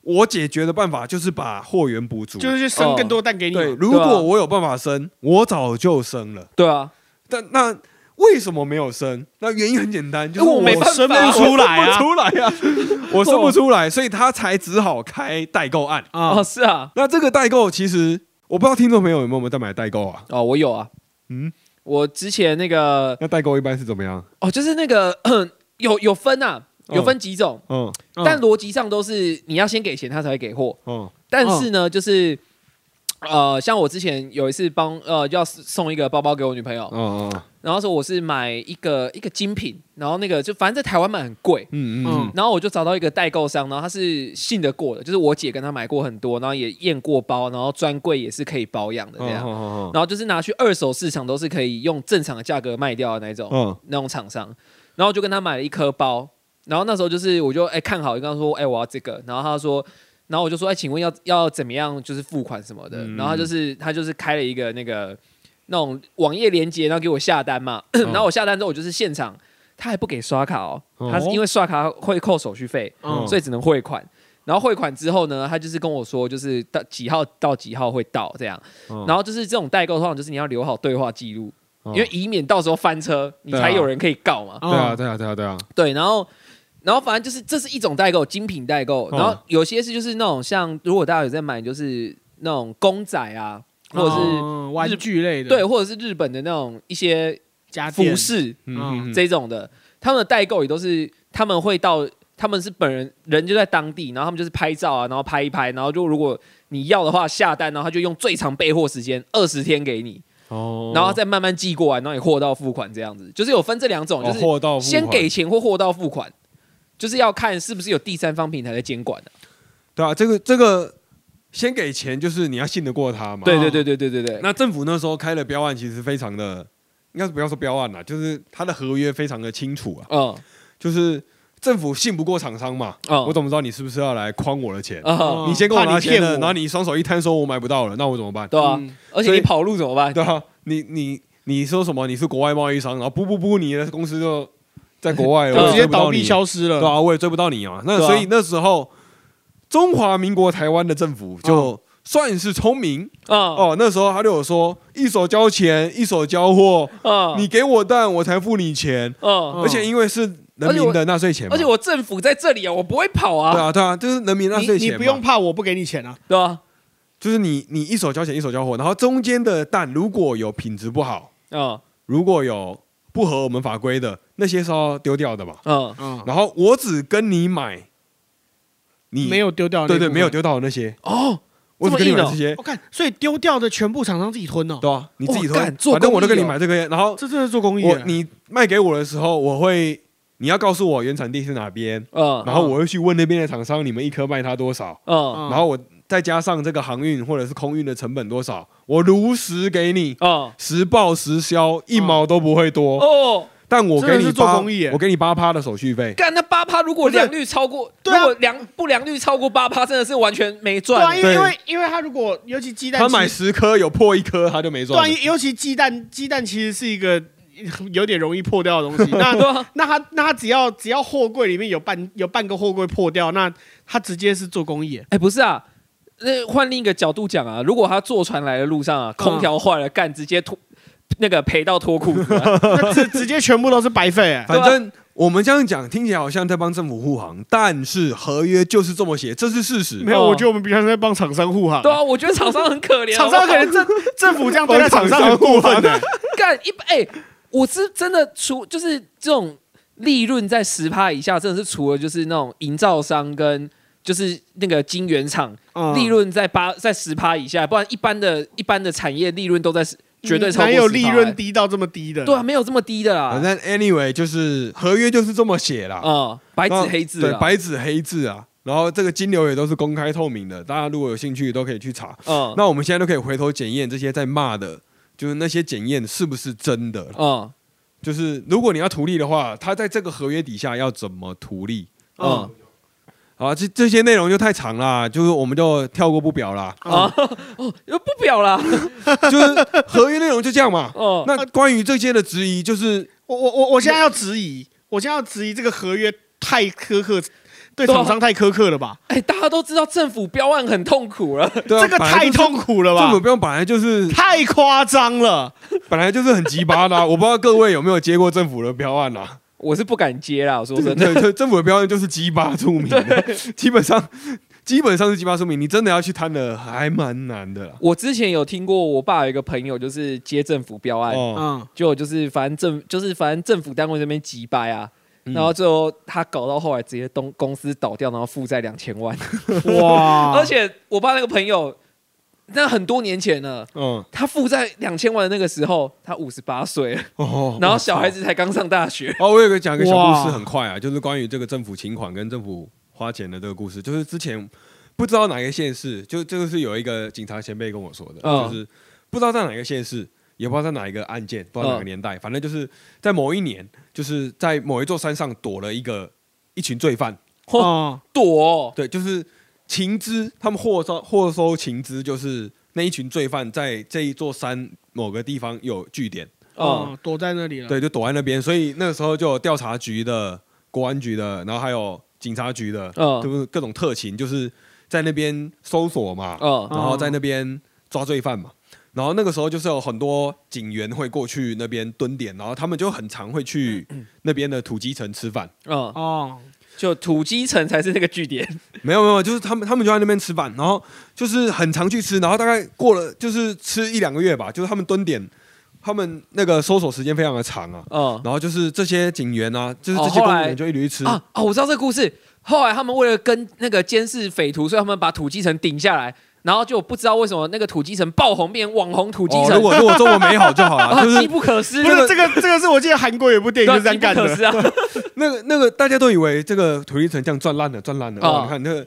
[SPEAKER 1] 我解决的办法就是把货源补足。
[SPEAKER 3] 就是去生更多蛋给你嘛。
[SPEAKER 1] 对，如
[SPEAKER 2] 对啊
[SPEAKER 1] 果我有办法生，我早就生了。
[SPEAKER 2] 对啊，
[SPEAKER 1] 但那为什么没有生？那原因很简单，就是
[SPEAKER 2] 因为我
[SPEAKER 1] 我
[SPEAKER 2] 没办法
[SPEAKER 3] 生不出来
[SPEAKER 1] 生不
[SPEAKER 3] 啊！
[SPEAKER 1] 出来啊， [laughs] 我生不出来，所以他才只好开代购案。
[SPEAKER 2] 哦，
[SPEAKER 3] 啊，
[SPEAKER 2] 是啊，
[SPEAKER 1] 那这个代购其实我不知道听众朋友有没有在买代购啊？
[SPEAKER 2] 哦，我有啊，
[SPEAKER 1] 嗯，
[SPEAKER 2] 我之前那个
[SPEAKER 1] 那代购一般是怎么样？
[SPEAKER 2] 哦，就是那个 [clears throat] 有有分啊，有分几种，
[SPEAKER 1] 嗯
[SPEAKER 2] 但逻辑上都是你要先给钱，他才会给货。
[SPEAKER 1] 嗯
[SPEAKER 2] 但是呢，就是呃，像我之前有一次帮呃要送一个包包给我女朋友，
[SPEAKER 1] 嗯嗯
[SPEAKER 2] 然后说我是买一个一个精品，然后那个就反正在台湾买很贵。
[SPEAKER 1] 嗯
[SPEAKER 3] 嗯
[SPEAKER 1] 嗯
[SPEAKER 2] 然后我就找到一个代购商，然后他是信得过的，就是我姐跟他买过很多，然后也验过包，然后专柜也是可以保养的这
[SPEAKER 1] 嗯
[SPEAKER 2] 样。
[SPEAKER 1] 嗯
[SPEAKER 2] 然后就是拿去二手市场都是可以用正常的价格卖掉的那一种、
[SPEAKER 1] 嗯
[SPEAKER 2] 那种厂商，然后就跟他买了一颗包，然后那时候就是我就哎、看好，就跟他说哎、我要这个，然后他说，然后我就说哎、请问要要怎么样就是付款什么的，
[SPEAKER 1] 嗯
[SPEAKER 2] 然后他就是他就是开了一个那个那种网页连接，然后给我下单嘛，
[SPEAKER 1] 嗯
[SPEAKER 2] [clears throat] 然后我下单之后我就是现场。他还不给刷卡哦，
[SPEAKER 1] 哦
[SPEAKER 2] 他是因为刷卡会扣手续费，
[SPEAKER 1] 嗯
[SPEAKER 2] 所以只能汇款。然后汇款之后呢，他就是跟我说，就是到几号到几号会到这样。
[SPEAKER 1] 嗯
[SPEAKER 2] 然后就是这种代购，通常就是你要留好对话记录，
[SPEAKER 1] 嗯啊
[SPEAKER 2] 因为以免到时候翻车，你才有人可以告嘛。
[SPEAKER 1] 对啊对啊对啊对啊，
[SPEAKER 2] 对，然后。然后反正就是这是一种代购，精品代购。
[SPEAKER 1] 嗯
[SPEAKER 2] 然后有些是就是那种像，如果大家有在买，就是那种公仔啊，或
[SPEAKER 1] 哦
[SPEAKER 2] 者是、
[SPEAKER 3] 嗯玩具类的，
[SPEAKER 2] 对，或者是日本的那种一些
[SPEAKER 3] 家电
[SPEAKER 2] 服饰
[SPEAKER 1] 嗯
[SPEAKER 2] 哦这种的，他们的代购也都是他们会到，他们是本人人就在当地，然后他们就是拍照啊，然后拍一拍，然后就如果你要的话下单，然后他就用最长备货时间二十天给你，
[SPEAKER 1] 哦
[SPEAKER 2] 然后再慢慢寄过来，然后你货到付款这样子，就是有分这两种，就是
[SPEAKER 1] 哦货到付款
[SPEAKER 2] 先给钱或货到付款，就是要看是不是有第三方平台在监管的、
[SPEAKER 1] 对啊，这个这个先给钱就是你要信得过他嘛。哦
[SPEAKER 2] 对对对对对对对，
[SPEAKER 1] 那政府那时候开的标案其实非常的，应该是不要说标案啦，就是他的合约非常的清楚啊，
[SPEAKER 2] 嗯
[SPEAKER 1] 就是政府信不过厂商嘛，
[SPEAKER 2] 嗯
[SPEAKER 1] 我怎么知道你是不是要来�框我的钱？
[SPEAKER 2] 嗯，
[SPEAKER 3] 嗯
[SPEAKER 1] 你先给我拿钱了，
[SPEAKER 3] 怕你骗我
[SPEAKER 1] 然后你双手一摊说我买不到了，那我怎么办？
[SPEAKER 2] 对啊，
[SPEAKER 3] 嗯
[SPEAKER 2] 而且
[SPEAKER 1] 所
[SPEAKER 2] 你
[SPEAKER 1] 以
[SPEAKER 2] 跑路怎么办？
[SPEAKER 1] 对啊，你你你说什么？你是国外贸易商，然后不不不，你的公司就在国外了，
[SPEAKER 2] 嗯
[SPEAKER 1] 我
[SPEAKER 3] 就
[SPEAKER 1] 也
[SPEAKER 3] 直接
[SPEAKER 1] 追不到
[SPEAKER 3] 倒闭
[SPEAKER 1] 你
[SPEAKER 3] 消失
[SPEAKER 1] 对
[SPEAKER 3] 了。
[SPEAKER 1] 啊，我也追不到你啊。那
[SPEAKER 2] 对啊
[SPEAKER 3] 嗯
[SPEAKER 1] 所以那时候，中华民国台湾的政府就算是聪明
[SPEAKER 2] 嗯
[SPEAKER 1] 哦。那时候他就有说，一手交钱，一手交货，
[SPEAKER 2] 嗯，
[SPEAKER 1] 你给我蛋，我才付你钱。
[SPEAKER 2] 嗯，
[SPEAKER 1] 而且因为是人民的纳税钱嘛，
[SPEAKER 2] 而且我政府在这里啊，我不会跑
[SPEAKER 1] 对
[SPEAKER 2] 啊，
[SPEAKER 1] 啊对啊，就是人民纳
[SPEAKER 3] 你
[SPEAKER 1] 税
[SPEAKER 3] 你
[SPEAKER 1] 钱，
[SPEAKER 3] 不用，怕，我不给你钱啊。
[SPEAKER 2] 对吧？
[SPEAKER 1] 就是你你一手交钱，一手交货，然后中间的蛋如果有品质不好，
[SPEAKER 2] 嗯
[SPEAKER 1] 如果有不合我们法规的，那些是要丢掉的嘛。
[SPEAKER 2] 嗯
[SPEAKER 3] 嗯，
[SPEAKER 1] 然后我只跟你买，你
[SPEAKER 3] 没有丢掉的那
[SPEAKER 1] 对
[SPEAKER 3] 部分，
[SPEAKER 1] 对，没有丢到的那些，
[SPEAKER 2] 哦，
[SPEAKER 1] 我只跟你
[SPEAKER 2] 这
[SPEAKER 1] 买
[SPEAKER 2] 么硬哦
[SPEAKER 1] 这些
[SPEAKER 3] 我，看，所以丢掉的全部厂商自己吞哦。
[SPEAKER 1] 对啊，你自己偷，
[SPEAKER 2] 哇干做
[SPEAKER 1] 反正我都
[SPEAKER 2] 公益
[SPEAKER 1] 跟你
[SPEAKER 2] 哦
[SPEAKER 1] 买这个，然后
[SPEAKER 3] 这真的是做公益耶。啊
[SPEAKER 1] 我你卖给我的时候，我会你要告诉我原产地是哪边，
[SPEAKER 2] 嗯，
[SPEAKER 1] 然后我会去问那边的厂商，你们一颗卖它多少，
[SPEAKER 2] 嗯
[SPEAKER 3] 嗯
[SPEAKER 1] 然后我再加上这个航运或者是空运的成本多少，我如实给你。
[SPEAKER 2] 嗯
[SPEAKER 1] 实报实销，一毛都不会多，
[SPEAKER 2] 哦，
[SPEAKER 1] 但我给
[SPEAKER 3] 嗯真的
[SPEAKER 1] 你
[SPEAKER 3] 是做
[SPEAKER 1] 八，
[SPEAKER 3] 公益耶
[SPEAKER 1] 我给你八趴的手续费。
[SPEAKER 2] 干那八趴，如果
[SPEAKER 3] 不是
[SPEAKER 2] 良率超过，
[SPEAKER 3] 对啊
[SPEAKER 2] 如果良不良率超过八趴，真的是完全没
[SPEAKER 3] 对啊，
[SPEAKER 2] 赚。
[SPEAKER 3] 因
[SPEAKER 1] 对
[SPEAKER 3] 为因为因为他如果尤其鸡蛋
[SPEAKER 1] 他
[SPEAKER 3] 其
[SPEAKER 1] 买
[SPEAKER 3] 实
[SPEAKER 1] 十颗有破一颗，他就没
[SPEAKER 3] 对啊，
[SPEAKER 1] 赚了。
[SPEAKER 3] 尤尤其鸡蛋鸡蛋其实是一个 [laughs] 有点容易破掉的
[SPEAKER 1] [laughs]
[SPEAKER 3] 东西。那
[SPEAKER 2] 对啊，
[SPEAKER 3] 那他那他只要只要货柜里面有半有半个货柜破掉，那他直接是做公
[SPEAKER 1] [laughs]
[SPEAKER 3] 益耶。
[SPEAKER 2] 哎，不是啊。那换另一个角度讲啊，如果他坐船来的路上啊，空调坏了，干直接脱那个赔到脱裤子
[SPEAKER 3] [laughs]
[SPEAKER 2] 啊，
[SPEAKER 3] 那直直接全部都是白费哎。
[SPEAKER 1] 反正我们这样讲，听起来好像在帮政府护航，但是合约就是这么写，这是事实。
[SPEAKER 3] 没有，
[SPEAKER 2] 哦
[SPEAKER 3] 我觉得我们比较像在帮厂商护航。
[SPEAKER 2] 对啊，我觉得厂商很可 [laughs] 怜，啊
[SPEAKER 3] 厂
[SPEAKER 2] 好
[SPEAKER 3] 商
[SPEAKER 2] 不
[SPEAKER 3] 可
[SPEAKER 2] 好
[SPEAKER 3] 能政政府这样对待厂商很过分啊嗯的。
[SPEAKER 2] 干一哎、我是真的除就是这种利润在十趴以下，真的是除了就是那种营造商跟就是那个晶圆厂、
[SPEAKER 3] 嗯
[SPEAKER 2] 利润在八在十趴以下，不然一般的一般的产业利润都在10绝对超过
[SPEAKER 3] 哪有
[SPEAKER 2] 10%
[SPEAKER 3] 利
[SPEAKER 2] 欸
[SPEAKER 3] 润低到这么低的？
[SPEAKER 2] 对啊，没有这么低的
[SPEAKER 1] 反
[SPEAKER 2] 啦，
[SPEAKER 1] 正 anyway 就是合约就是这么写啦，
[SPEAKER 2] 嗯，白纸
[SPEAKER 1] 那
[SPEAKER 2] 黑字
[SPEAKER 1] 对，
[SPEAKER 2] 啦，
[SPEAKER 1] 白纸黑字啊。然后这个金流也都是公开透明的，大家如果有兴趣都可以去查。
[SPEAKER 2] 嗯
[SPEAKER 1] 那我们现在都可以回头检验这些在骂的，就是那些检验是不是真的。
[SPEAKER 2] 嗯
[SPEAKER 1] 就是如果你要图利的话，他在这个合约底下要怎么图利？
[SPEAKER 2] 嗯
[SPEAKER 1] 好啊，这这些内容就太长啦，就是我们就跳过不表啦。
[SPEAKER 2] 啊，哦， [laughs] 不表啦，
[SPEAKER 1] 就是合约内容就这样
[SPEAKER 2] [laughs]
[SPEAKER 1] 嘛。
[SPEAKER 2] 哦，
[SPEAKER 1] 那关于这些的质疑，就是
[SPEAKER 3] 我我我我现在要质疑，我现在要质疑这个合约太苛刻，对
[SPEAKER 2] 对啊
[SPEAKER 3] 厂商太苛刻了吧？
[SPEAKER 2] 哎，大家都知道政府标案很痛苦了，
[SPEAKER 1] 对啊
[SPEAKER 3] 这个太，痛苦了
[SPEAKER 1] 本来就是政府
[SPEAKER 3] 吧？
[SPEAKER 1] 不用本来就是
[SPEAKER 3] 太夸张了！
[SPEAKER 1] 本来就是很鸡巴的啊、 [laughs] 我不知道各位有没有接过政府的标案啊？
[SPEAKER 2] 我是不敢接啦，我说
[SPEAKER 1] 对
[SPEAKER 2] 真的，
[SPEAKER 1] 对，政府的标案就是鸡巴出名的，基本上基本上是鸡巴出名，你真的要去贪的还蛮难的啦。
[SPEAKER 2] 我之前有听过，我爸有一个朋友就是接政府标案，
[SPEAKER 1] 哦，
[SPEAKER 3] 嗯，
[SPEAKER 2] 就就是反正政就是反正政府单位这边急掰啊，
[SPEAKER 1] 嗯
[SPEAKER 2] 然后最后他搞到后来直接东公司倒掉，然后负债两千万，
[SPEAKER 3] 嗯
[SPEAKER 1] 啊
[SPEAKER 3] 哇
[SPEAKER 2] [laughs] 而且我爸那个朋友，那很多年前了，
[SPEAKER 1] 嗯
[SPEAKER 2] 他负债两千万的那个时候，他五十八岁了，
[SPEAKER 1] 哦，
[SPEAKER 2] 然后小孩子才刚上大学，
[SPEAKER 1] 哦，我有个讲个小故
[SPEAKER 3] 哇
[SPEAKER 1] 事，很快啊，就是关于这个政府请款跟政府花钱的这个故事。就是之前不知道哪个县市，就这个是有一个警察前辈跟我说的，
[SPEAKER 2] 嗯
[SPEAKER 1] 就是不知道在哪个县市，也不知道在哪一个案件，不知道哪个年代，反正就是在某一年，就是在某一座山上躲了一个一群罪犯，
[SPEAKER 2] [laughs]
[SPEAKER 3] 哦，
[SPEAKER 2] 躲哦、
[SPEAKER 1] 对，就是情资，他们获收获收情资，就是那一群罪犯在这一座山某个地方有据点。
[SPEAKER 2] 嗯
[SPEAKER 1] 哦
[SPEAKER 3] 嗯，躲在那里了。
[SPEAKER 1] 对，就躲在那边，所以那个时候就有调查局的、国安局的，然后还有警察局的，
[SPEAKER 2] 嗯
[SPEAKER 1] 就是各种特勤，就是在那边搜索嘛，
[SPEAKER 2] 嗯
[SPEAKER 1] 然后在那边抓罪犯嘛。然后那个时候就是有很多警员会过去那边蹲点，然后他们就很常会
[SPEAKER 2] [clears throat]
[SPEAKER 1] 去那边的土鸡城吃饭。
[SPEAKER 2] 嗯，
[SPEAKER 3] 哦，
[SPEAKER 2] 就土鸡城才是那个据
[SPEAKER 3] [laughs]
[SPEAKER 2] 点，
[SPEAKER 1] 没有没有，就是他们他们就在那边吃饭，然后就是很常去吃，然后大概过了就是吃一两个月吧，就是他们蹲点，他们那个搜索时间非常的长啊。
[SPEAKER 2] 嗯
[SPEAKER 3] 哦
[SPEAKER 1] 然后就是这些警员啊，就是
[SPEAKER 2] 哦
[SPEAKER 1] 这些
[SPEAKER 2] 后
[SPEAKER 1] 公
[SPEAKER 2] 来
[SPEAKER 1] 务员就一驴吃，
[SPEAKER 2] 啊哦，我知道这个故事。后来他们为了跟那个监视匪徒，所以他们把土鸡城顶下来，然后就不知道为什么那个土鸡城爆红变网红土鸡
[SPEAKER 1] 哦，
[SPEAKER 2] 城，
[SPEAKER 1] 如果如果这么美好就好了，
[SPEAKER 2] [laughs] 啊
[SPEAKER 1] 就
[SPEAKER 2] 机
[SPEAKER 1] 是
[SPEAKER 2] 不可失，
[SPEAKER 3] 不是这个，这个是我记得韩国有部电影
[SPEAKER 2] 对啊
[SPEAKER 3] 就这样干
[SPEAKER 2] 机不可
[SPEAKER 3] 的。
[SPEAKER 2] 失啊，
[SPEAKER 3] [laughs]
[SPEAKER 1] 那个那个大家都以为这个土地城这样赚烂了，赚烂了。哦，
[SPEAKER 2] 哦
[SPEAKER 1] 你看那个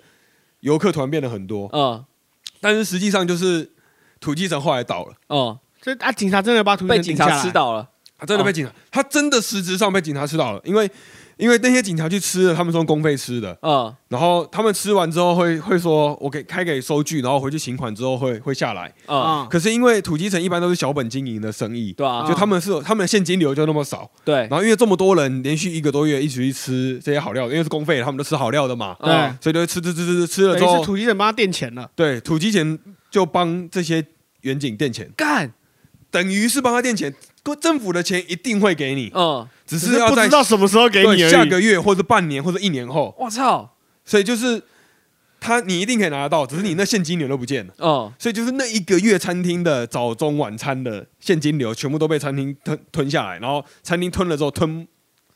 [SPEAKER 1] 游客突然变得很多，
[SPEAKER 2] 嗯
[SPEAKER 1] 但是实际上就是土地城后来倒了，
[SPEAKER 2] 嗯，
[SPEAKER 3] 这啊，警察真的把土地
[SPEAKER 2] 被
[SPEAKER 3] 城
[SPEAKER 2] 警
[SPEAKER 3] 顶下
[SPEAKER 2] 察
[SPEAKER 3] 来
[SPEAKER 2] 吃，到了，
[SPEAKER 1] 他真的被警察，他真的实质上被警察吃到了，因为因为那些警察去吃了，他们是用公费吃的，
[SPEAKER 2] 嗯，
[SPEAKER 1] 然后他们吃完之后会会说，我给开给收据，然后回去请款之后会会下来。
[SPEAKER 3] 哦
[SPEAKER 2] 嗯，
[SPEAKER 1] 可是因为土鸡城一般都是小本经营的生意，
[SPEAKER 2] 对啊，
[SPEAKER 1] 就他们是有他们的现金流就那么少，
[SPEAKER 3] 哦
[SPEAKER 2] 对，
[SPEAKER 1] 然后因为这么多人连续一个多月一起去吃这些好料，因为是公费，他们都吃好料的嘛，
[SPEAKER 3] 对
[SPEAKER 2] 嗯
[SPEAKER 1] 所以就会吃吃吃吃吃了
[SPEAKER 3] 等
[SPEAKER 1] 之
[SPEAKER 3] 于是
[SPEAKER 1] 后，
[SPEAKER 3] 土地人帮他垫钱了。
[SPEAKER 1] 对土鸡钱就帮这些远景垫钱，
[SPEAKER 2] 干，
[SPEAKER 1] 等于是帮他垫钱，国政府的钱一定会给你，
[SPEAKER 2] 嗯，
[SPEAKER 1] 只
[SPEAKER 3] 只
[SPEAKER 1] 是要
[SPEAKER 3] 不
[SPEAKER 1] 在
[SPEAKER 3] 知道什么时候给你
[SPEAKER 1] 对
[SPEAKER 3] 而
[SPEAKER 1] 下
[SPEAKER 3] 已。
[SPEAKER 1] 个月或者半年或者一年后，
[SPEAKER 2] 我操，
[SPEAKER 1] 所以就是他你一定可以拿得到，只是你那现金流都不见了。
[SPEAKER 2] 嗯，
[SPEAKER 1] 所以就是那一个月，餐厅的早中晚餐的现金流全部都被餐厅吞吞下来，然后餐厅吞了之后吞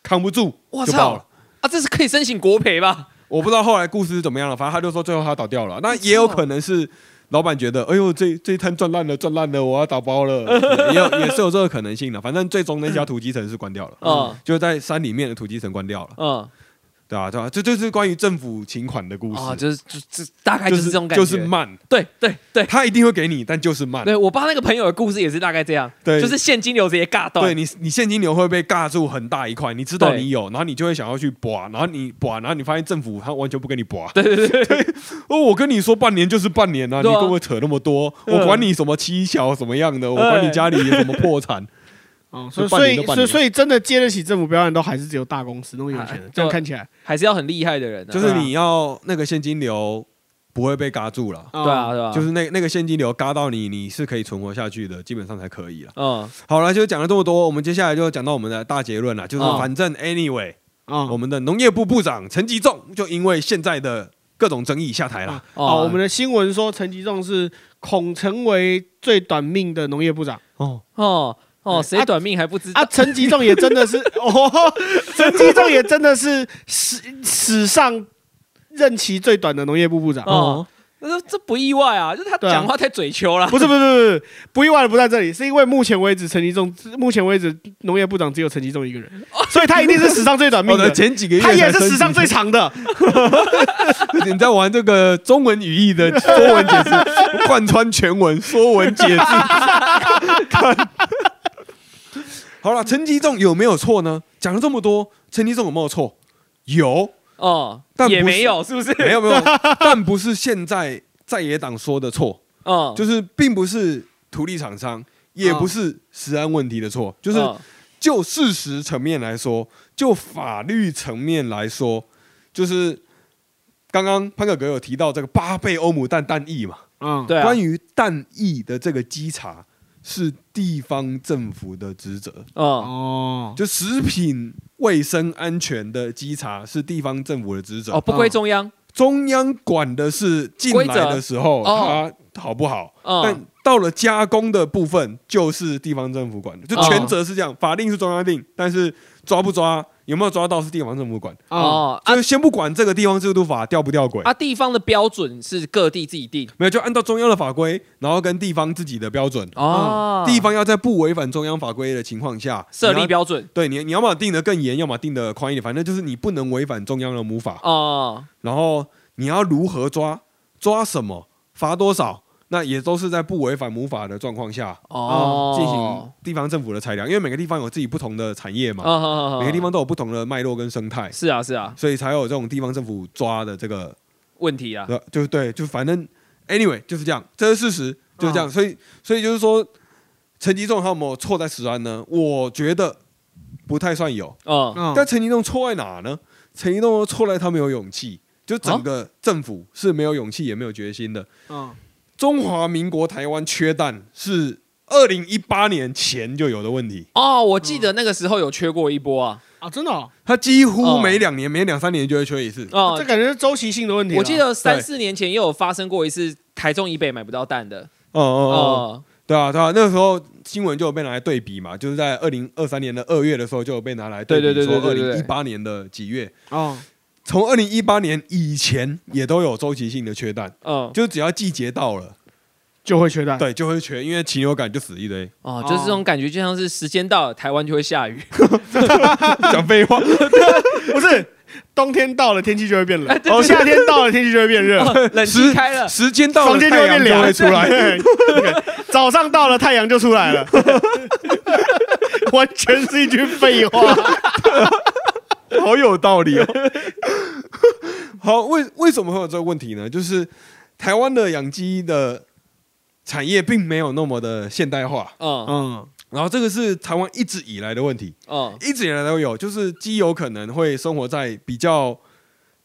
[SPEAKER 1] 扛不住，
[SPEAKER 2] 我
[SPEAKER 1] 就爆了
[SPEAKER 2] 操。，啊，这是可以申请国赔吧？
[SPEAKER 1] 我不知道后来故事是怎么样了，反正他就说最后他倒掉了。那也有可能是老板觉得，哎呦，这这一摊赚烂了，赚烂了，我要打包
[SPEAKER 2] [laughs]
[SPEAKER 1] 了，也有也是有这个可能性的。反正最终那家土鸡城是关掉了，
[SPEAKER 2] 嗯
[SPEAKER 1] 就在山里面的土鸡城关掉了，
[SPEAKER 2] 嗯，
[SPEAKER 1] 对啊？对啊？这这就是关于政府请款的故事，
[SPEAKER 2] 啊，就是就这大概
[SPEAKER 1] 就
[SPEAKER 2] 就是这种感觉，
[SPEAKER 1] 就是慢，
[SPEAKER 2] 对对对
[SPEAKER 1] 他一定会给你，但就是慢。
[SPEAKER 2] 对，我爸那个朋友的故事也是大概这样，
[SPEAKER 1] 对
[SPEAKER 2] 就是现金流直接尬断，
[SPEAKER 1] 对你，你现金流会被尬住很大一块，你知道
[SPEAKER 2] 对
[SPEAKER 1] 你有，然后你就会想要去拔，然后你拔，然后你发现政府他完全不跟你拔。
[SPEAKER 2] 对对对对，
[SPEAKER 1] 哦，我跟你说半年就是半年啊，
[SPEAKER 2] 对啊
[SPEAKER 1] 你跟我扯那么多，
[SPEAKER 2] 嗯
[SPEAKER 1] 我管你什么七小什么样
[SPEAKER 3] 哎
[SPEAKER 1] 的，我管你家里有什么破
[SPEAKER 3] [laughs]
[SPEAKER 1] 产，
[SPEAKER 3] 哦，所以
[SPEAKER 1] 半
[SPEAKER 3] 所
[SPEAKER 1] 年
[SPEAKER 3] 以
[SPEAKER 1] 就半
[SPEAKER 3] 所以
[SPEAKER 1] 年
[SPEAKER 3] 所以真的接得起政府标案，都还是只有大公司那么有钱
[SPEAKER 2] 啊
[SPEAKER 3] 的。这样看起来，
[SPEAKER 2] 还是要很厉害的人、啊，
[SPEAKER 1] 就是你要那个现金流不会被嘎住了。
[SPEAKER 2] 对啊对啊，
[SPEAKER 1] 哦就是那那个现金流嘎到你，你是可以存活下去的，基本上才可以了。
[SPEAKER 2] 嗯
[SPEAKER 1] 好了，就讲了这么多，我们接下来就讲到我们的大结论了，就是
[SPEAKER 2] 哦
[SPEAKER 1] 反正 anyway，、
[SPEAKER 3] 啊
[SPEAKER 1] 我们的农业部部长陈吉仲就因为现在的各种争议下台了。
[SPEAKER 3] 啊！哦，我们的新闻说陈吉仲是恐成为最短命的农业部长
[SPEAKER 1] 哦，
[SPEAKER 2] 哦哦，
[SPEAKER 3] 对
[SPEAKER 2] 谁
[SPEAKER 3] 啊
[SPEAKER 2] 短命还不知道
[SPEAKER 3] 啊！陈吉仲也真的是哦，陈吉仲也真的是史史上任期最短的农业部部长。
[SPEAKER 2] 哦，那、这不意外啊，就是他
[SPEAKER 3] 对啊
[SPEAKER 2] 讲话太嘴球了，
[SPEAKER 3] 不是不是不是不是，不意外的不在这里，是因为目前为止陈吉仲，目前为止农业部长只有陈吉仲一个人，所以他一定是史上最短命
[SPEAKER 1] 我的
[SPEAKER 3] 的，
[SPEAKER 1] 前几个月
[SPEAKER 3] 他也
[SPEAKER 1] 才
[SPEAKER 3] 是史上
[SPEAKER 1] 升
[SPEAKER 3] 最长的。
[SPEAKER 1] 级你在玩这个中文语义的说文解 [laughs] 字，贯穿全文说文解字。看 [laughs] 好了，陈吉仲有没有错呢？讲了这么多，陈吉仲有没有错？有，
[SPEAKER 2] 哦，
[SPEAKER 1] 但不
[SPEAKER 2] 也
[SPEAKER 1] 是
[SPEAKER 2] 没有，是不是？
[SPEAKER 1] 没有没 [laughs] 有，但不是现在在野党说的错，
[SPEAKER 2] 嗯，
[SPEAKER 1] 就是并不是土地厂商，也
[SPEAKER 3] 嗯
[SPEAKER 1] 不是食安问题的错，就是
[SPEAKER 2] 嗯
[SPEAKER 1] 就事实层面来说，就法律层面来说，就是刚刚潘哥哥有提到这个八倍欧姆蛋蛋役嘛，
[SPEAKER 3] 嗯，
[SPEAKER 2] 对啊，
[SPEAKER 1] 关于蛋役的这个稽查是地方政府的职责，
[SPEAKER 2] 嗯
[SPEAKER 3] 哦，
[SPEAKER 1] 就食品卫生安全的稽查是地方政府的职责，
[SPEAKER 2] 哦，不归中央，
[SPEAKER 1] 中央管的是进来的时候
[SPEAKER 2] 规则哦
[SPEAKER 1] 它好不好，
[SPEAKER 2] 嗯
[SPEAKER 1] 但到了加工的部分就是地方政府管的，就
[SPEAKER 2] 哦
[SPEAKER 1] 全责是这样，法令是中央定，但是抓不抓有没有抓到是地方政府管，
[SPEAKER 3] 哦，
[SPEAKER 2] 哦啊
[SPEAKER 1] 就是先不管这个地方制度法吊不吊轨，
[SPEAKER 2] 啊，地方的标准是各地自己定
[SPEAKER 1] 没有就按照中央的法规，然后跟地方自己的标准，
[SPEAKER 2] 哦，
[SPEAKER 1] 地方要在不违反中央法规的情况下
[SPEAKER 2] 设立。
[SPEAKER 1] 你要
[SPEAKER 2] 标准
[SPEAKER 1] 对你，你要么定的更严，要么定的宽一点，反正就是你不能违反中央的母法。
[SPEAKER 2] 哦，
[SPEAKER 1] 然后你要如何抓，抓什么，罚多少，那也都是在不违反母法的状况下啊
[SPEAKER 2] 哦，
[SPEAKER 1] 进行地方政府的裁量，因为每个地方有自己不同的产业嘛，
[SPEAKER 2] 啊
[SPEAKER 1] 每个地方都有不同的脉络跟生态，
[SPEAKER 2] 是啊是啊，
[SPEAKER 1] 所以才有这种地方政府抓的这个，
[SPEAKER 2] 问题啊，
[SPEAKER 1] 呃就对，就反正 anyway 就是这样，这是事实，就是这
[SPEAKER 2] 哦
[SPEAKER 1] 样，所以所以就是说，陈吉仲他有没有错在石安呢？我觉得不太算有，
[SPEAKER 2] 嗯
[SPEAKER 3] 嗯
[SPEAKER 1] 但陈吉仲错在哪呢？陈吉仲错在他没有勇气，就整
[SPEAKER 2] 啊
[SPEAKER 1] 个政府是没有勇气也没有决心的。
[SPEAKER 3] 嗯
[SPEAKER 1] 中华民国台湾缺蛋是二零一八年前就有的问题，
[SPEAKER 2] 哦，我记得那个时候有缺过一波啊，
[SPEAKER 3] 啊，真的哦，
[SPEAKER 1] 它几乎
[SPEAKER 2] 哦
[SPEAKER 1] 每两年、每两三年就会缺一次。
[SPEAKER 2] 哦
[SPEAKER 3] 这，感觉是周期性的问题了。啊
[SPEAKER 2] 我记得三
[SPEAKER 1] 对
[SPEAKER 2] 四年前也有发生过一次台中以北买不到蛋的，
[SPEAKER 1] 哦哦哦，
[SPEAKER 2] 哦
[SPEAKER 1] 对啊对啊，那个时候新闻就有被拿来对比嘛，就是在二零二三年的二月的时候就有被拿来比
[SPEAKER 2] 对对对
[SPEAKER 1] 说二
[SPEAKER 2] 对对
[SPEAKER 1] 零
[SPEAKER 2] 对
[SPEAKER 1] 一八年的几月，
[SPEAKER 3] 哦，
[SPEAKER 1] 从二零一八年以前也都有周期性的缺蛋，
[SPEAKER 2] 嗯
[SPEAKER 1] 就只要季节到了，
[SPEAKER 3] 就会缺蛋。
[SPEAKER 1] 对就会缺，因为禽流感就死一堆。
[SPEAKER 2] 哦，就是这种感觉，就像是时间到了，台湾就会
[SPEAKER 1] [laughs]
[SPEAKER 2] 下雨。
[SPEAKER 1] 讲废
[SPEAKER 3] [laughs]
[SPEAKER 1] 话，
[SPEAKER 3] 不是冬天到了，天气就会变冷；哦，夏天到了，天气就会变热，
[SPEAKER 2] 冷气
[SPEAKER 1] 时
[SPEAKER 2] 开了，
[SPEAKER 1] 时间到
[SPEAKER 3] 房
[SPEAKER 1] 了，
[SPEAKER 3] 间就会
[SPEAKER 1] 太阳
[SPEAKER 3] 变
[SPEAKER 1] 就
[SPEAKER 3] 凉，
[SPEAKER 1] 会出来。
[SPEAKER 3] 对。 [laughs] 对早上到了，太阳就出来了，完全是一句废话。
[SPEAKER 1] 好有道理哦。好，为为什么会有这个问题呢？就是台湾的养鸡的产业并没有那么的现代化，
[SPEAKER 2] 嗯
[SPEAKER 3] 嗯，
[SPEAKER 1] 然后这个是台湾一直以来的问题，
[SPEAKER 2] 嗯
[SPEAKER 1] 一直以来都有，就是鸡有可能会生活在比较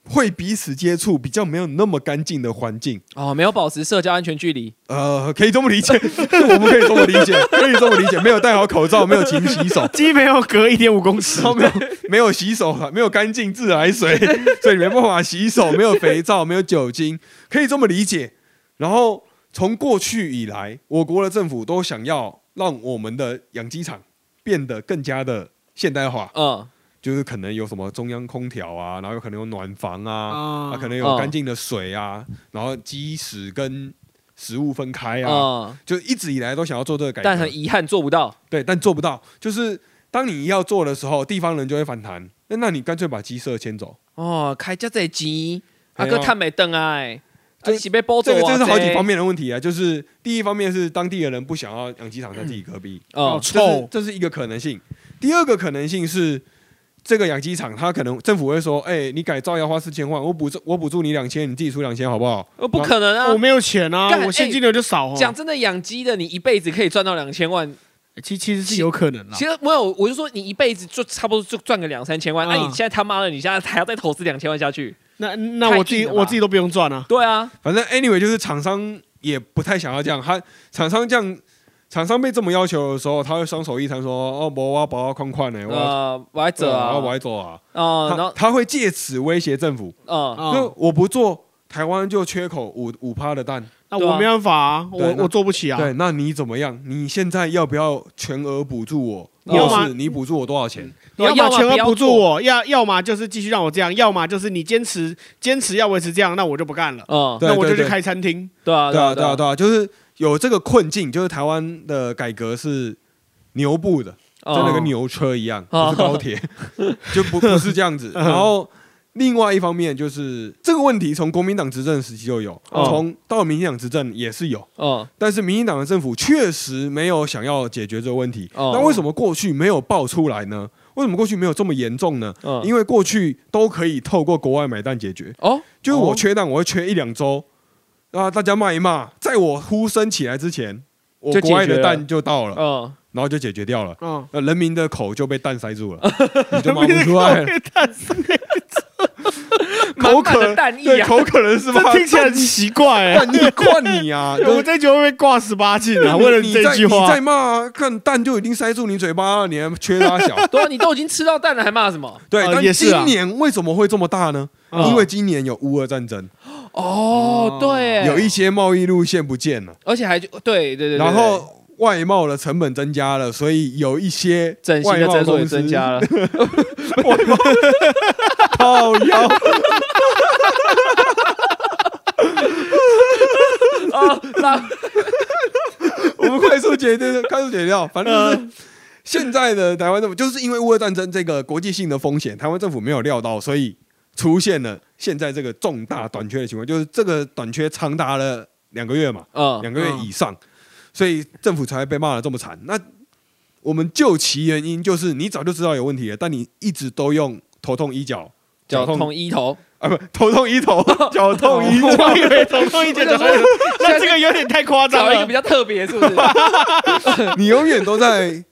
[SPEAKER 1] 会彼此接触、比较没有那么干净的环境。
[SPEAKER 2] 哦，没有保持社交安全距离，
[SPEAKER 1] 呃，可以这么理解， [laughs] 我们可以这么理解，可以这么理解，没有戴好口罩，没有勤洗手，
[SPEAKER 3] 鸡没有隔一点五公尺
[SPEAKER 1] 然，后没有 [laughs] 没有洗手，啊没有干净自来水， [laughs] 所以没办法洗手，没有肥皂，没有酒精，可以这么理解。然后从过去以来，我国的政府都想要让我们的养鸡场变得更加的现代化，
[SPEAKER 2] 嗯
[SPEAKER 1] 就是可能有什么中央空调啊，然后有可能有暖房啊，
[SPEAKER 3] 啊
[SPEAKER 1] 啊，可能有干净的水啊，然后鸡屎跟食物分开啊，
[SPEAKER 2] 嗯，
[SPEAKER 1] 就一直以来都想要做这个改革，
[SPEAKER 2] 但很遗憾做不到。
[SPEAKER 1] 对，但做不到。就是当你要做的时候，地方人就会反弹。那那你干脆把鸡舍迁走，
[SPEAKER 2] 哦，开遮侪钱，阿
[SPEAKER 1] 嘿啊
[SPEAKER 2] 哥探美灯哎，
[SPEAKER 1] 这
[SPEAKER 2] 啊你是被包走
[SPEAKER 1] 这个
[SPEAKER 2] 啊？
[SPEAKER 1] 这是好几方面的问题啊。就是第一方面是当地的人不想要养鸡场在自己隔壁，
[SPEAKER 2] 哦，
[SPEAKER 1] 这是，这是一个可能性。第二个可能性是。这个养鸡场，他可能政府会说：“哎、你改造要花四千万，我补助我补助你两千，你自己出两千好不好
[SPEAKER 2] 呃不可能
[SPEAKER 3] 我
[SPEAKER 1] 哦
[SPEAKER 2] 啊！
[SPEAKER 3] 没有钱啊
[SPEAKER 2] 干，
[SPEAKER 3] 我现金流就少哦。
[SPEAKER 2] 讲真的，养鸡的你一辈子可以赚到两千万，
[SPEAKER 3] 哎其其实是有可能啦
[SPEAKER 2] 其。实没有，我就说你一辈子就差不多就赚个两三千万，那、
[SPEAKER 3] 嗯
[SPEAKER 2] 你现在他妈的，你现在还要再投资两千万下去？
[SPEAKER 3] 那那我自己
[SPEAKER 2] 太硬了吧
[SPEAKER 3] 我自己都不用赚啊？”。
[SPEAKER 2] [laughs] 对啊，
[SPEAKER 1] 反正 anyway 就是厂商也不太想要这样，他厂商这样，厂商被这么要求的时候，他会双手一摊说：“哦，我我要保要框框哎呢，我要
[SPEAKER 2] 呃，我还走
[SPEAKER 1] 对
[SPEAKER 2] 啊，
[SPEAKER 1] 我要走啊。”
[SPEAKER 2] 哦，然
[SPEAKER 1] 他
[SPEAKER 2] 后
[SPEAKER 1] 他会借此威胁政府，
[SPEAKER 2] 嗯，
[SPEAKER 1] 因
[SPEAKER 3] 啊，
[SPEAKER 1] 我不做，台湾就缺口五五趴的蛋。
[SPEAKER 3] 那
[SPEAKER 2] 对啊
[SPEAKER 3] 我没办法啊，我
[SPEAKER 1] 对那
[SPEAKER 3] 我做不起啊。
[SPEAKER 1] 对，那你怎么样？你现在要不要全额补助我？
[SPEAKER 2] 嗯
[SPEAKER 1] 要是你补助我多少钱？
[SPEAKER 3] 你要
[SPEAKER 2] 对啊
[SPEAKER 3] 么全
[SPEAKER 2] 要么不
[SPEAKER 3] 额
[SPEAKER 2] 要
[SPEAKER 3] 补助
[SPEAKER 2] 做
[SPEAKER 3] 我，要要么就是继续让我这样，要么就是你坚持坚持要维持这样，那我就不干了，
[SPEAKER 2] 嗯，
[SPEAKER 1] 对
[SPEAKER 3] 那我就
[SPEAKER 1] 对
[SPEAKER 3] 去
[SPEAKER 1] 对
[SPEAKER 3] 开餐厅。
[SPEAKER 2] 对啊，
[SPEAKER 1] 对
[SPEAKER 2] 啊，
[SPEAKER 1] 啊，对啊，对啊，就是有这个困境，就是台湾的改革是牛步的，
[SPEAKER 2] 嗯
[SPEAKER 1] 啊真的跟牛车一样，
[SPEAKER 2] 哦嗯
[SPEAKER 1] 不是高
[SPEAKER 2] [laughs]
[SPEAKER 1] 铁，就不不是这样子。然后另外一方面就是这个问题，从国民党执政时期就有，
[SPEAKER 2] 哦
[SPEAKER 1] 从到民进党执政也是有。
[SPEAKER 2] 嗯
[SPEAKER 1] 但是民进党的政府确实没有想要解决这个问题。
[SPEAKER 2] 哦
[SPEAKER 1] 那为什么过去没有爆出来呢？为什么过去没有这么严重呢？
[SPEAKER 2] 嗯，
[SPEAKER 1] 因为过去都可以透过国外买单解决，
[SPEAKER 2] 哦，
[SPEAKER 1] 就是我
[SPEAKER 2] 哦
[SPEAKER 1] 缺蛋，我会缺一两周，啊，大家骂一骂，在我呼声起来之前，我
[SPEAKER 2] 就解决
[SPEAKER 1] 国外的
[SPEAKER 2] 了
[SPEAKER 1] 蛋就到了，
[SPEAKER 2] 嗯，
[SPEAKER 1] 然后就解决掉了。
[SPEAKER 3] 嗯，
[SPEAKER 1] 呃，人民的口就被蛋塞住了，你就骂不出来了，口
[SPEAKER 2] 满满
[SPEAKER 1] 渴
[SPEAKER 2] 的蛋液
[SPEAKER 1] 对，
[SPEAKER 2] 啊，
[SPEAKER 1] 口渴人是吧？
[SPEAKER 3] 这听起来很奇怪哎。
[SPEAKER 1] 蛋液灌你啊！
[SPEAKER 3] 我们这局会不会挂十八 [laughs] 禁啊？为了
[SPEAKER 1] 你
[SPEAKER 3] 这句
[SPEAKER 1] 你
[SPEAKER 3] 话
[SPEAKER 1] 再，骂、啊，看蛋就已经塞住你嘴巴了，你还缺拉
[SPEAKER 3] [laughs]
[SPEAKER 1] 小？
[SPEAKER 2] 对啊，你都已经吃到蛋了，还骂什么？
[SPEAKER 1] 对，
[SPEAKER 3] 呃
[SPEAKER 1] 但
[SPEAKER 3] 也是
[SPEAKER 1] 今
[SPEAKER 3] 啊
[SPEAKER 1] 年为什么会这么大呢？
[SPEAKER 3] 嗯
[SPEAKER 1] 因为今年有乌俄战争，
[SPEAKER 2] 哦，对，
[SPEAKER 1] 有一，些贸易路线不见了，
[SPEAKER 2] 而且还就对对对，对
[SPEAKER 1] 然后外贸的成本增加了，所以有一些
[SPEAKER 2] 整形
[SPEAKER 1] 外
[SPEAKER 2] 的
[SPEAKER 1] 贸
[SPEAKER 2] 诊所也
[SPEAKER 1] 公司
[SPEAKER 2] 增加了，
[SPEAKER 1] 外贸 [laughs] 靠腰，
[SPEAKER 2] 哦，那
[SPEAKER 1] [laughs] 我们快速解决，快速解决掉，反正就是。现在的台湾政府就是因为乌俄战争这个国际性的风险，台湾政府没有料到，所以出现了现在这个重大短缺的情况，就是这个短缺长达了两个月嘛，
[SPEAKER 2] 嗯
[SPEAKER 1] 两个月以上，所以政府才被骂的这么惨。那我们究其原因，就是你早就知道有问题了，但你一直都用头痛医脚，
[SPEAKER 2] 脚
[SPEAKER 1] 痛
[SPEAKER 2] 痛医头，
[SPEAKER 1] 啊，不，头痛医头，脚痛医
[SPEAKER 3] [laughs]
[SPEAKER 1] [laughs]
[SPEAKER 3] 我
[SPEAKER 1] 脚。
[SPEAKER 3] 以为总共一点就可以了，那这个有点太夸
[SPEAKER 2] [laughs]
[SPEAKER 3] 张
[SPEAKER 2] 找一个
[SPEAKER 3] 了
[SPEAKER 2] 比。较特别，是
[SPEAKER 1] [laughs]
[SPEAKER 2] 不是？
[SPEAKER 1] 你永远都在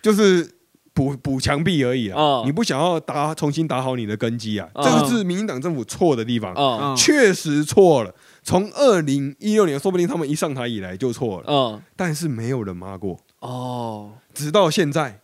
[SPEAKER 1] 就是补补墙壁而已啊，
[SPEAKER 2] 哦
[SPEAKER 1] 你不想要打重新打好你的根基啊，
[SPEAKER 2] 哦
[SPEAKER 1] 这个是民进党政府错的地方，
[SPEAKER 2] 嗯
[SPEAKER 3] 嗯
[SPEAKER 1] 确实错了。从二零一六年，说不定他们一上台以来就错
[SPEAKER 3] 哦
[SPEAKER 1] 了，
[SPEAKER 2] 嗯，
[SPEAKER 1] 但是没有人骂过，
[SPEAKER 2] 哦，
[SPEAKER 1] 直到现在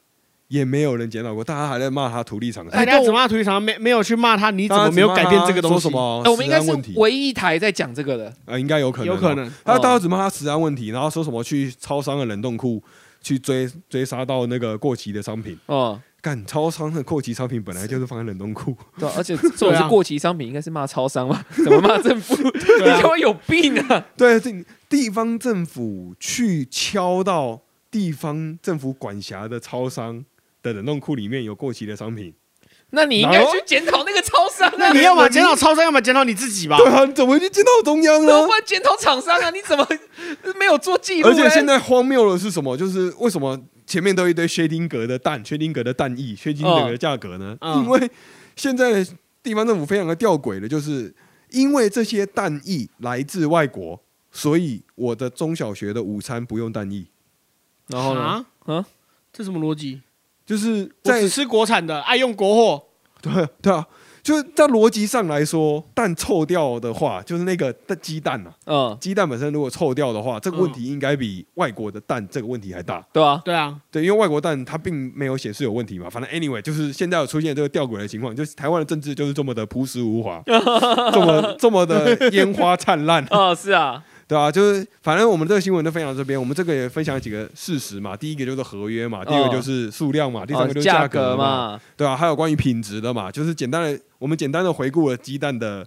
[SPEAKER 1] 也没有人检讨过，大家还在骂他土地厂商
[SPEAKER 3] 大，家只骂土地厂，没没有去骂哎他，你怎么没有改变这个东西？
[SPEAKER 1] 大家只骂他说什么？
[SPEAKER 2] 哎，我们应该
[SPEAKER 1] 哦食
[SPEAKER 2] 是
[SPEAKER 1] 安问题
[SPEAKER 2] 唯一一台在讲这个的，
[SPEAKER 1] 啊，应该有可能，
[SPEAKER 3] 有可。能，
[SPEAKER 1] 他
[SPEAKER 2] 哦
[SPEAKER 1] 大家只骂他食安问题，然后说什么去超商的冷冻库去追追杀到那个过期的商品。
[SPEAKER 2] 嗯，
[SPEAKER 1] 干超商的过期商品本来就是放在冷冻库， [laughs]
[SPEAKER 2] 对啊，而且这种
[SPEAKER 3] 对
[SPEAKER 2] 是
[SPEAKER 3] 啊
[SPEAKER 2] 过期商品，应该是骂超商嘛，
[SPEAKER 1] 啊
[SPEAKER 2] 怎么骂政府？你
[SPEAKER 3] 对啊
[SPEAKER 2] 他妈有病啊！
[SPEAKER 1] 对，这地方政府去敲到地方政府管辖的超商的冷冻库里面有过期的商品，
[SPEAKER 2] 那你应该去检讨那个超商啊，
[SPEAKER 3] 那你要么检讨超商，要么检讨你自己吧。
[SPEAKER 1] 对啊，你怎么就见到中央呢
[SPEAKER 2] 都？不检讨厂商啊，你怎么 [laughs] 没有做记录
[SPEAKER 1] 而
[SPEAKER 2] 嘞？
[SPEAKER 1] 且现在荒谬的是什么？就是为什么前面都有一堆薛丁格的蛋、薛丁格的蛋液、薛丁格的价格呢？
[SPEAKER 3] 嗯
[SPEAKER 1] 因为现在的地方政府非常的吊诡的，就是因为这些蛋液来自外国，所以我的中小学的午餐不用蛋液，
[SPEAKER 2] 然后呢？
[SPEAKER 3] 啊
[SPEAKER 2] 啊，
[SPEAKER 3] 这什么逻辑？
[SPEAKER 1] 就是
[SPEAKER 3] 我
[SPEAKER 1] 在
[SPEAKER 3] 只吃国产的，爱用国货。
[SPEAKER 1] 对啊对啊，就是在逻辑上来说，蛋臭掉的话，就是那个蛋鸡蛋啊，
[SPEAKER 2] 嗯，
[SPEAKER 1] 鸡蛋本身如果臭掉的话，这个问题应该比外国的蛋这个问题还大。
[SPEAKER 2] 对啊，
[SPEAKER 3] 对啊，
[SPEAKER 1] 对，因为外国蛋它并没有显示有问题嘛。反正 anyway，就是现在有出现这个吊诡的情况，就是台湾的政治就是这么的朴实无华，这么这么的烟花灿烂，
[SPEAKER 2] 哦，是啊，
[SPEAKER 1] 对啊，就是反正我们这个新闻都分享到这边，我们这个也分享几个事实嘛。第一个就是合约嘛，第二个就是数量嘛，第三
[SPEAKER 2] 哦
[SPEAKER 1] 个就是
[SPEAKER 2] 价
[SPEAKER 1] 格
[SPEAKER 2] 格
[SPEAKER 1] 嘛，
[SPEAKER 2] 嘛，
[SPEAKER 1] 对啊，还有关于品质的嘛，就是简单的，我们简单的回顾了鸡蛋的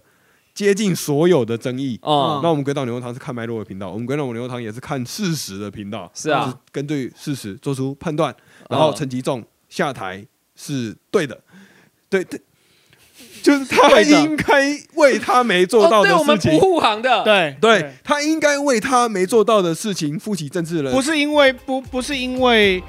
[SPEAKER 1] 接近所有的争议。
[SPEAKER 2] 哦，
[SPEAKER 1] 嗯那我们鬼岛牛肉汤是看脉络的频道，我们鬼岛牛肉汤也是看事实的频道，
[SPEAKER 2] 是啊
[SPEAKER 1] 就根据事实做出判断，然后
[SPEAKER 2] 哦
[SPEAKER 1] 陈吉仲下台是对的，对对，就是他
[SPEAKER 3] 对的
[SPEAKER 1] 应该为他没做
[SPEAKER 2] 哦，
[SPEAKER 1] 到
[SPEAKER 2] 对
[SPEAKER 1] 的
[SPEAKER 2] 我们
[SPEAKER 1] 事
[SPEAKER 2] 不
[SPEAKER 1] 情，
[SPEAKER 2] 护航的，
[SPEAKER 3] 对
[SPEAKER 1] 对，他应该为他没做到的事情负起政治人
[SPEAKER 3] 不，是因为不不是因为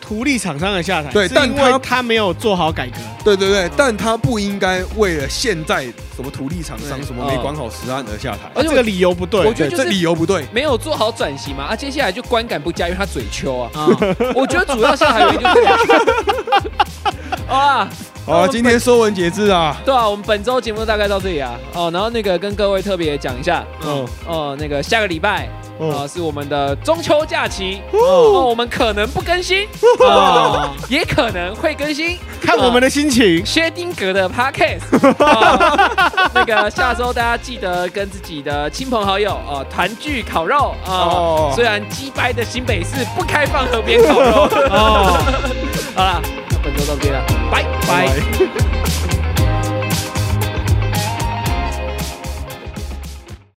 [SPEAKER 3] 图利厂商的下台，
[SPEAKER 1] 对
[SPEAKER 3] 是
[SPEAKER 1] 但
[SPEAKER 3] 因为
[SPEAKER 1] 他
[SPEAKER 3] 他没有做好改革。
[SPEAKER 1] 对对对，但他不应该为了现在什么土地厂商
[SPEAKER 3] 对
[SPEAKER 1] 什么没
[SPEAKER 2] 哦
[SPEAKER 1] 管好实案而下台，
[SPEAKER 2] 而且
[SPEAKER 3] 啊这
[SPEAKER 2] 我
[SPEAKER 3] 个理由不对。
[SPEAKER 2] 我觉得
[SPEAKER 1] 对，
[SPEAKER 2] 就是
[SPEAKER 1] 这理由不对，
[SPEAKER 2] 没有做好转型嘛，啊，接下来就观感不佳，因为他嘴秋啊
[SPEAKER 1] [laughs]
[SPEAKER 3] 啊！
[SPEAKER 2] 我觉得主要下台原因就是这个。 [laughs] 好啦，
[SPEAKER 1] 好，今天说文解字啊，
[SPEAKER 2] 对啊，我们本周节目大概到这里啊。哦，然后那个跟各位特别讲一下，
[SPEAKER 1] 嗯
[SPEAKER 2] 哦，那个下个礼拜啊、
[SPEAKER 1] 嗯，
[SPEAKER 2] 是我们的中秋假期，哦，我们可能不更新，
[SPEAKER 3] 啊
[SPEAKER 2] 哦，也可能会更新。
[SPEAKER 3] 看我们的心情。
[SPEAKER 2] 薛丁格的 podcast，、哦、 [laughs] 那个下周大家记得跟自己的亲朋好友哦团聚烤肉啊、哦
[SPEAKER 1] 哦
[SPEAKER 2] 虽然鸡掰的新北市不开放 [laughs] 河边烤肉哦，好啦，那本周到这边了，拜拜。
[SPEAKER 1] 拜拜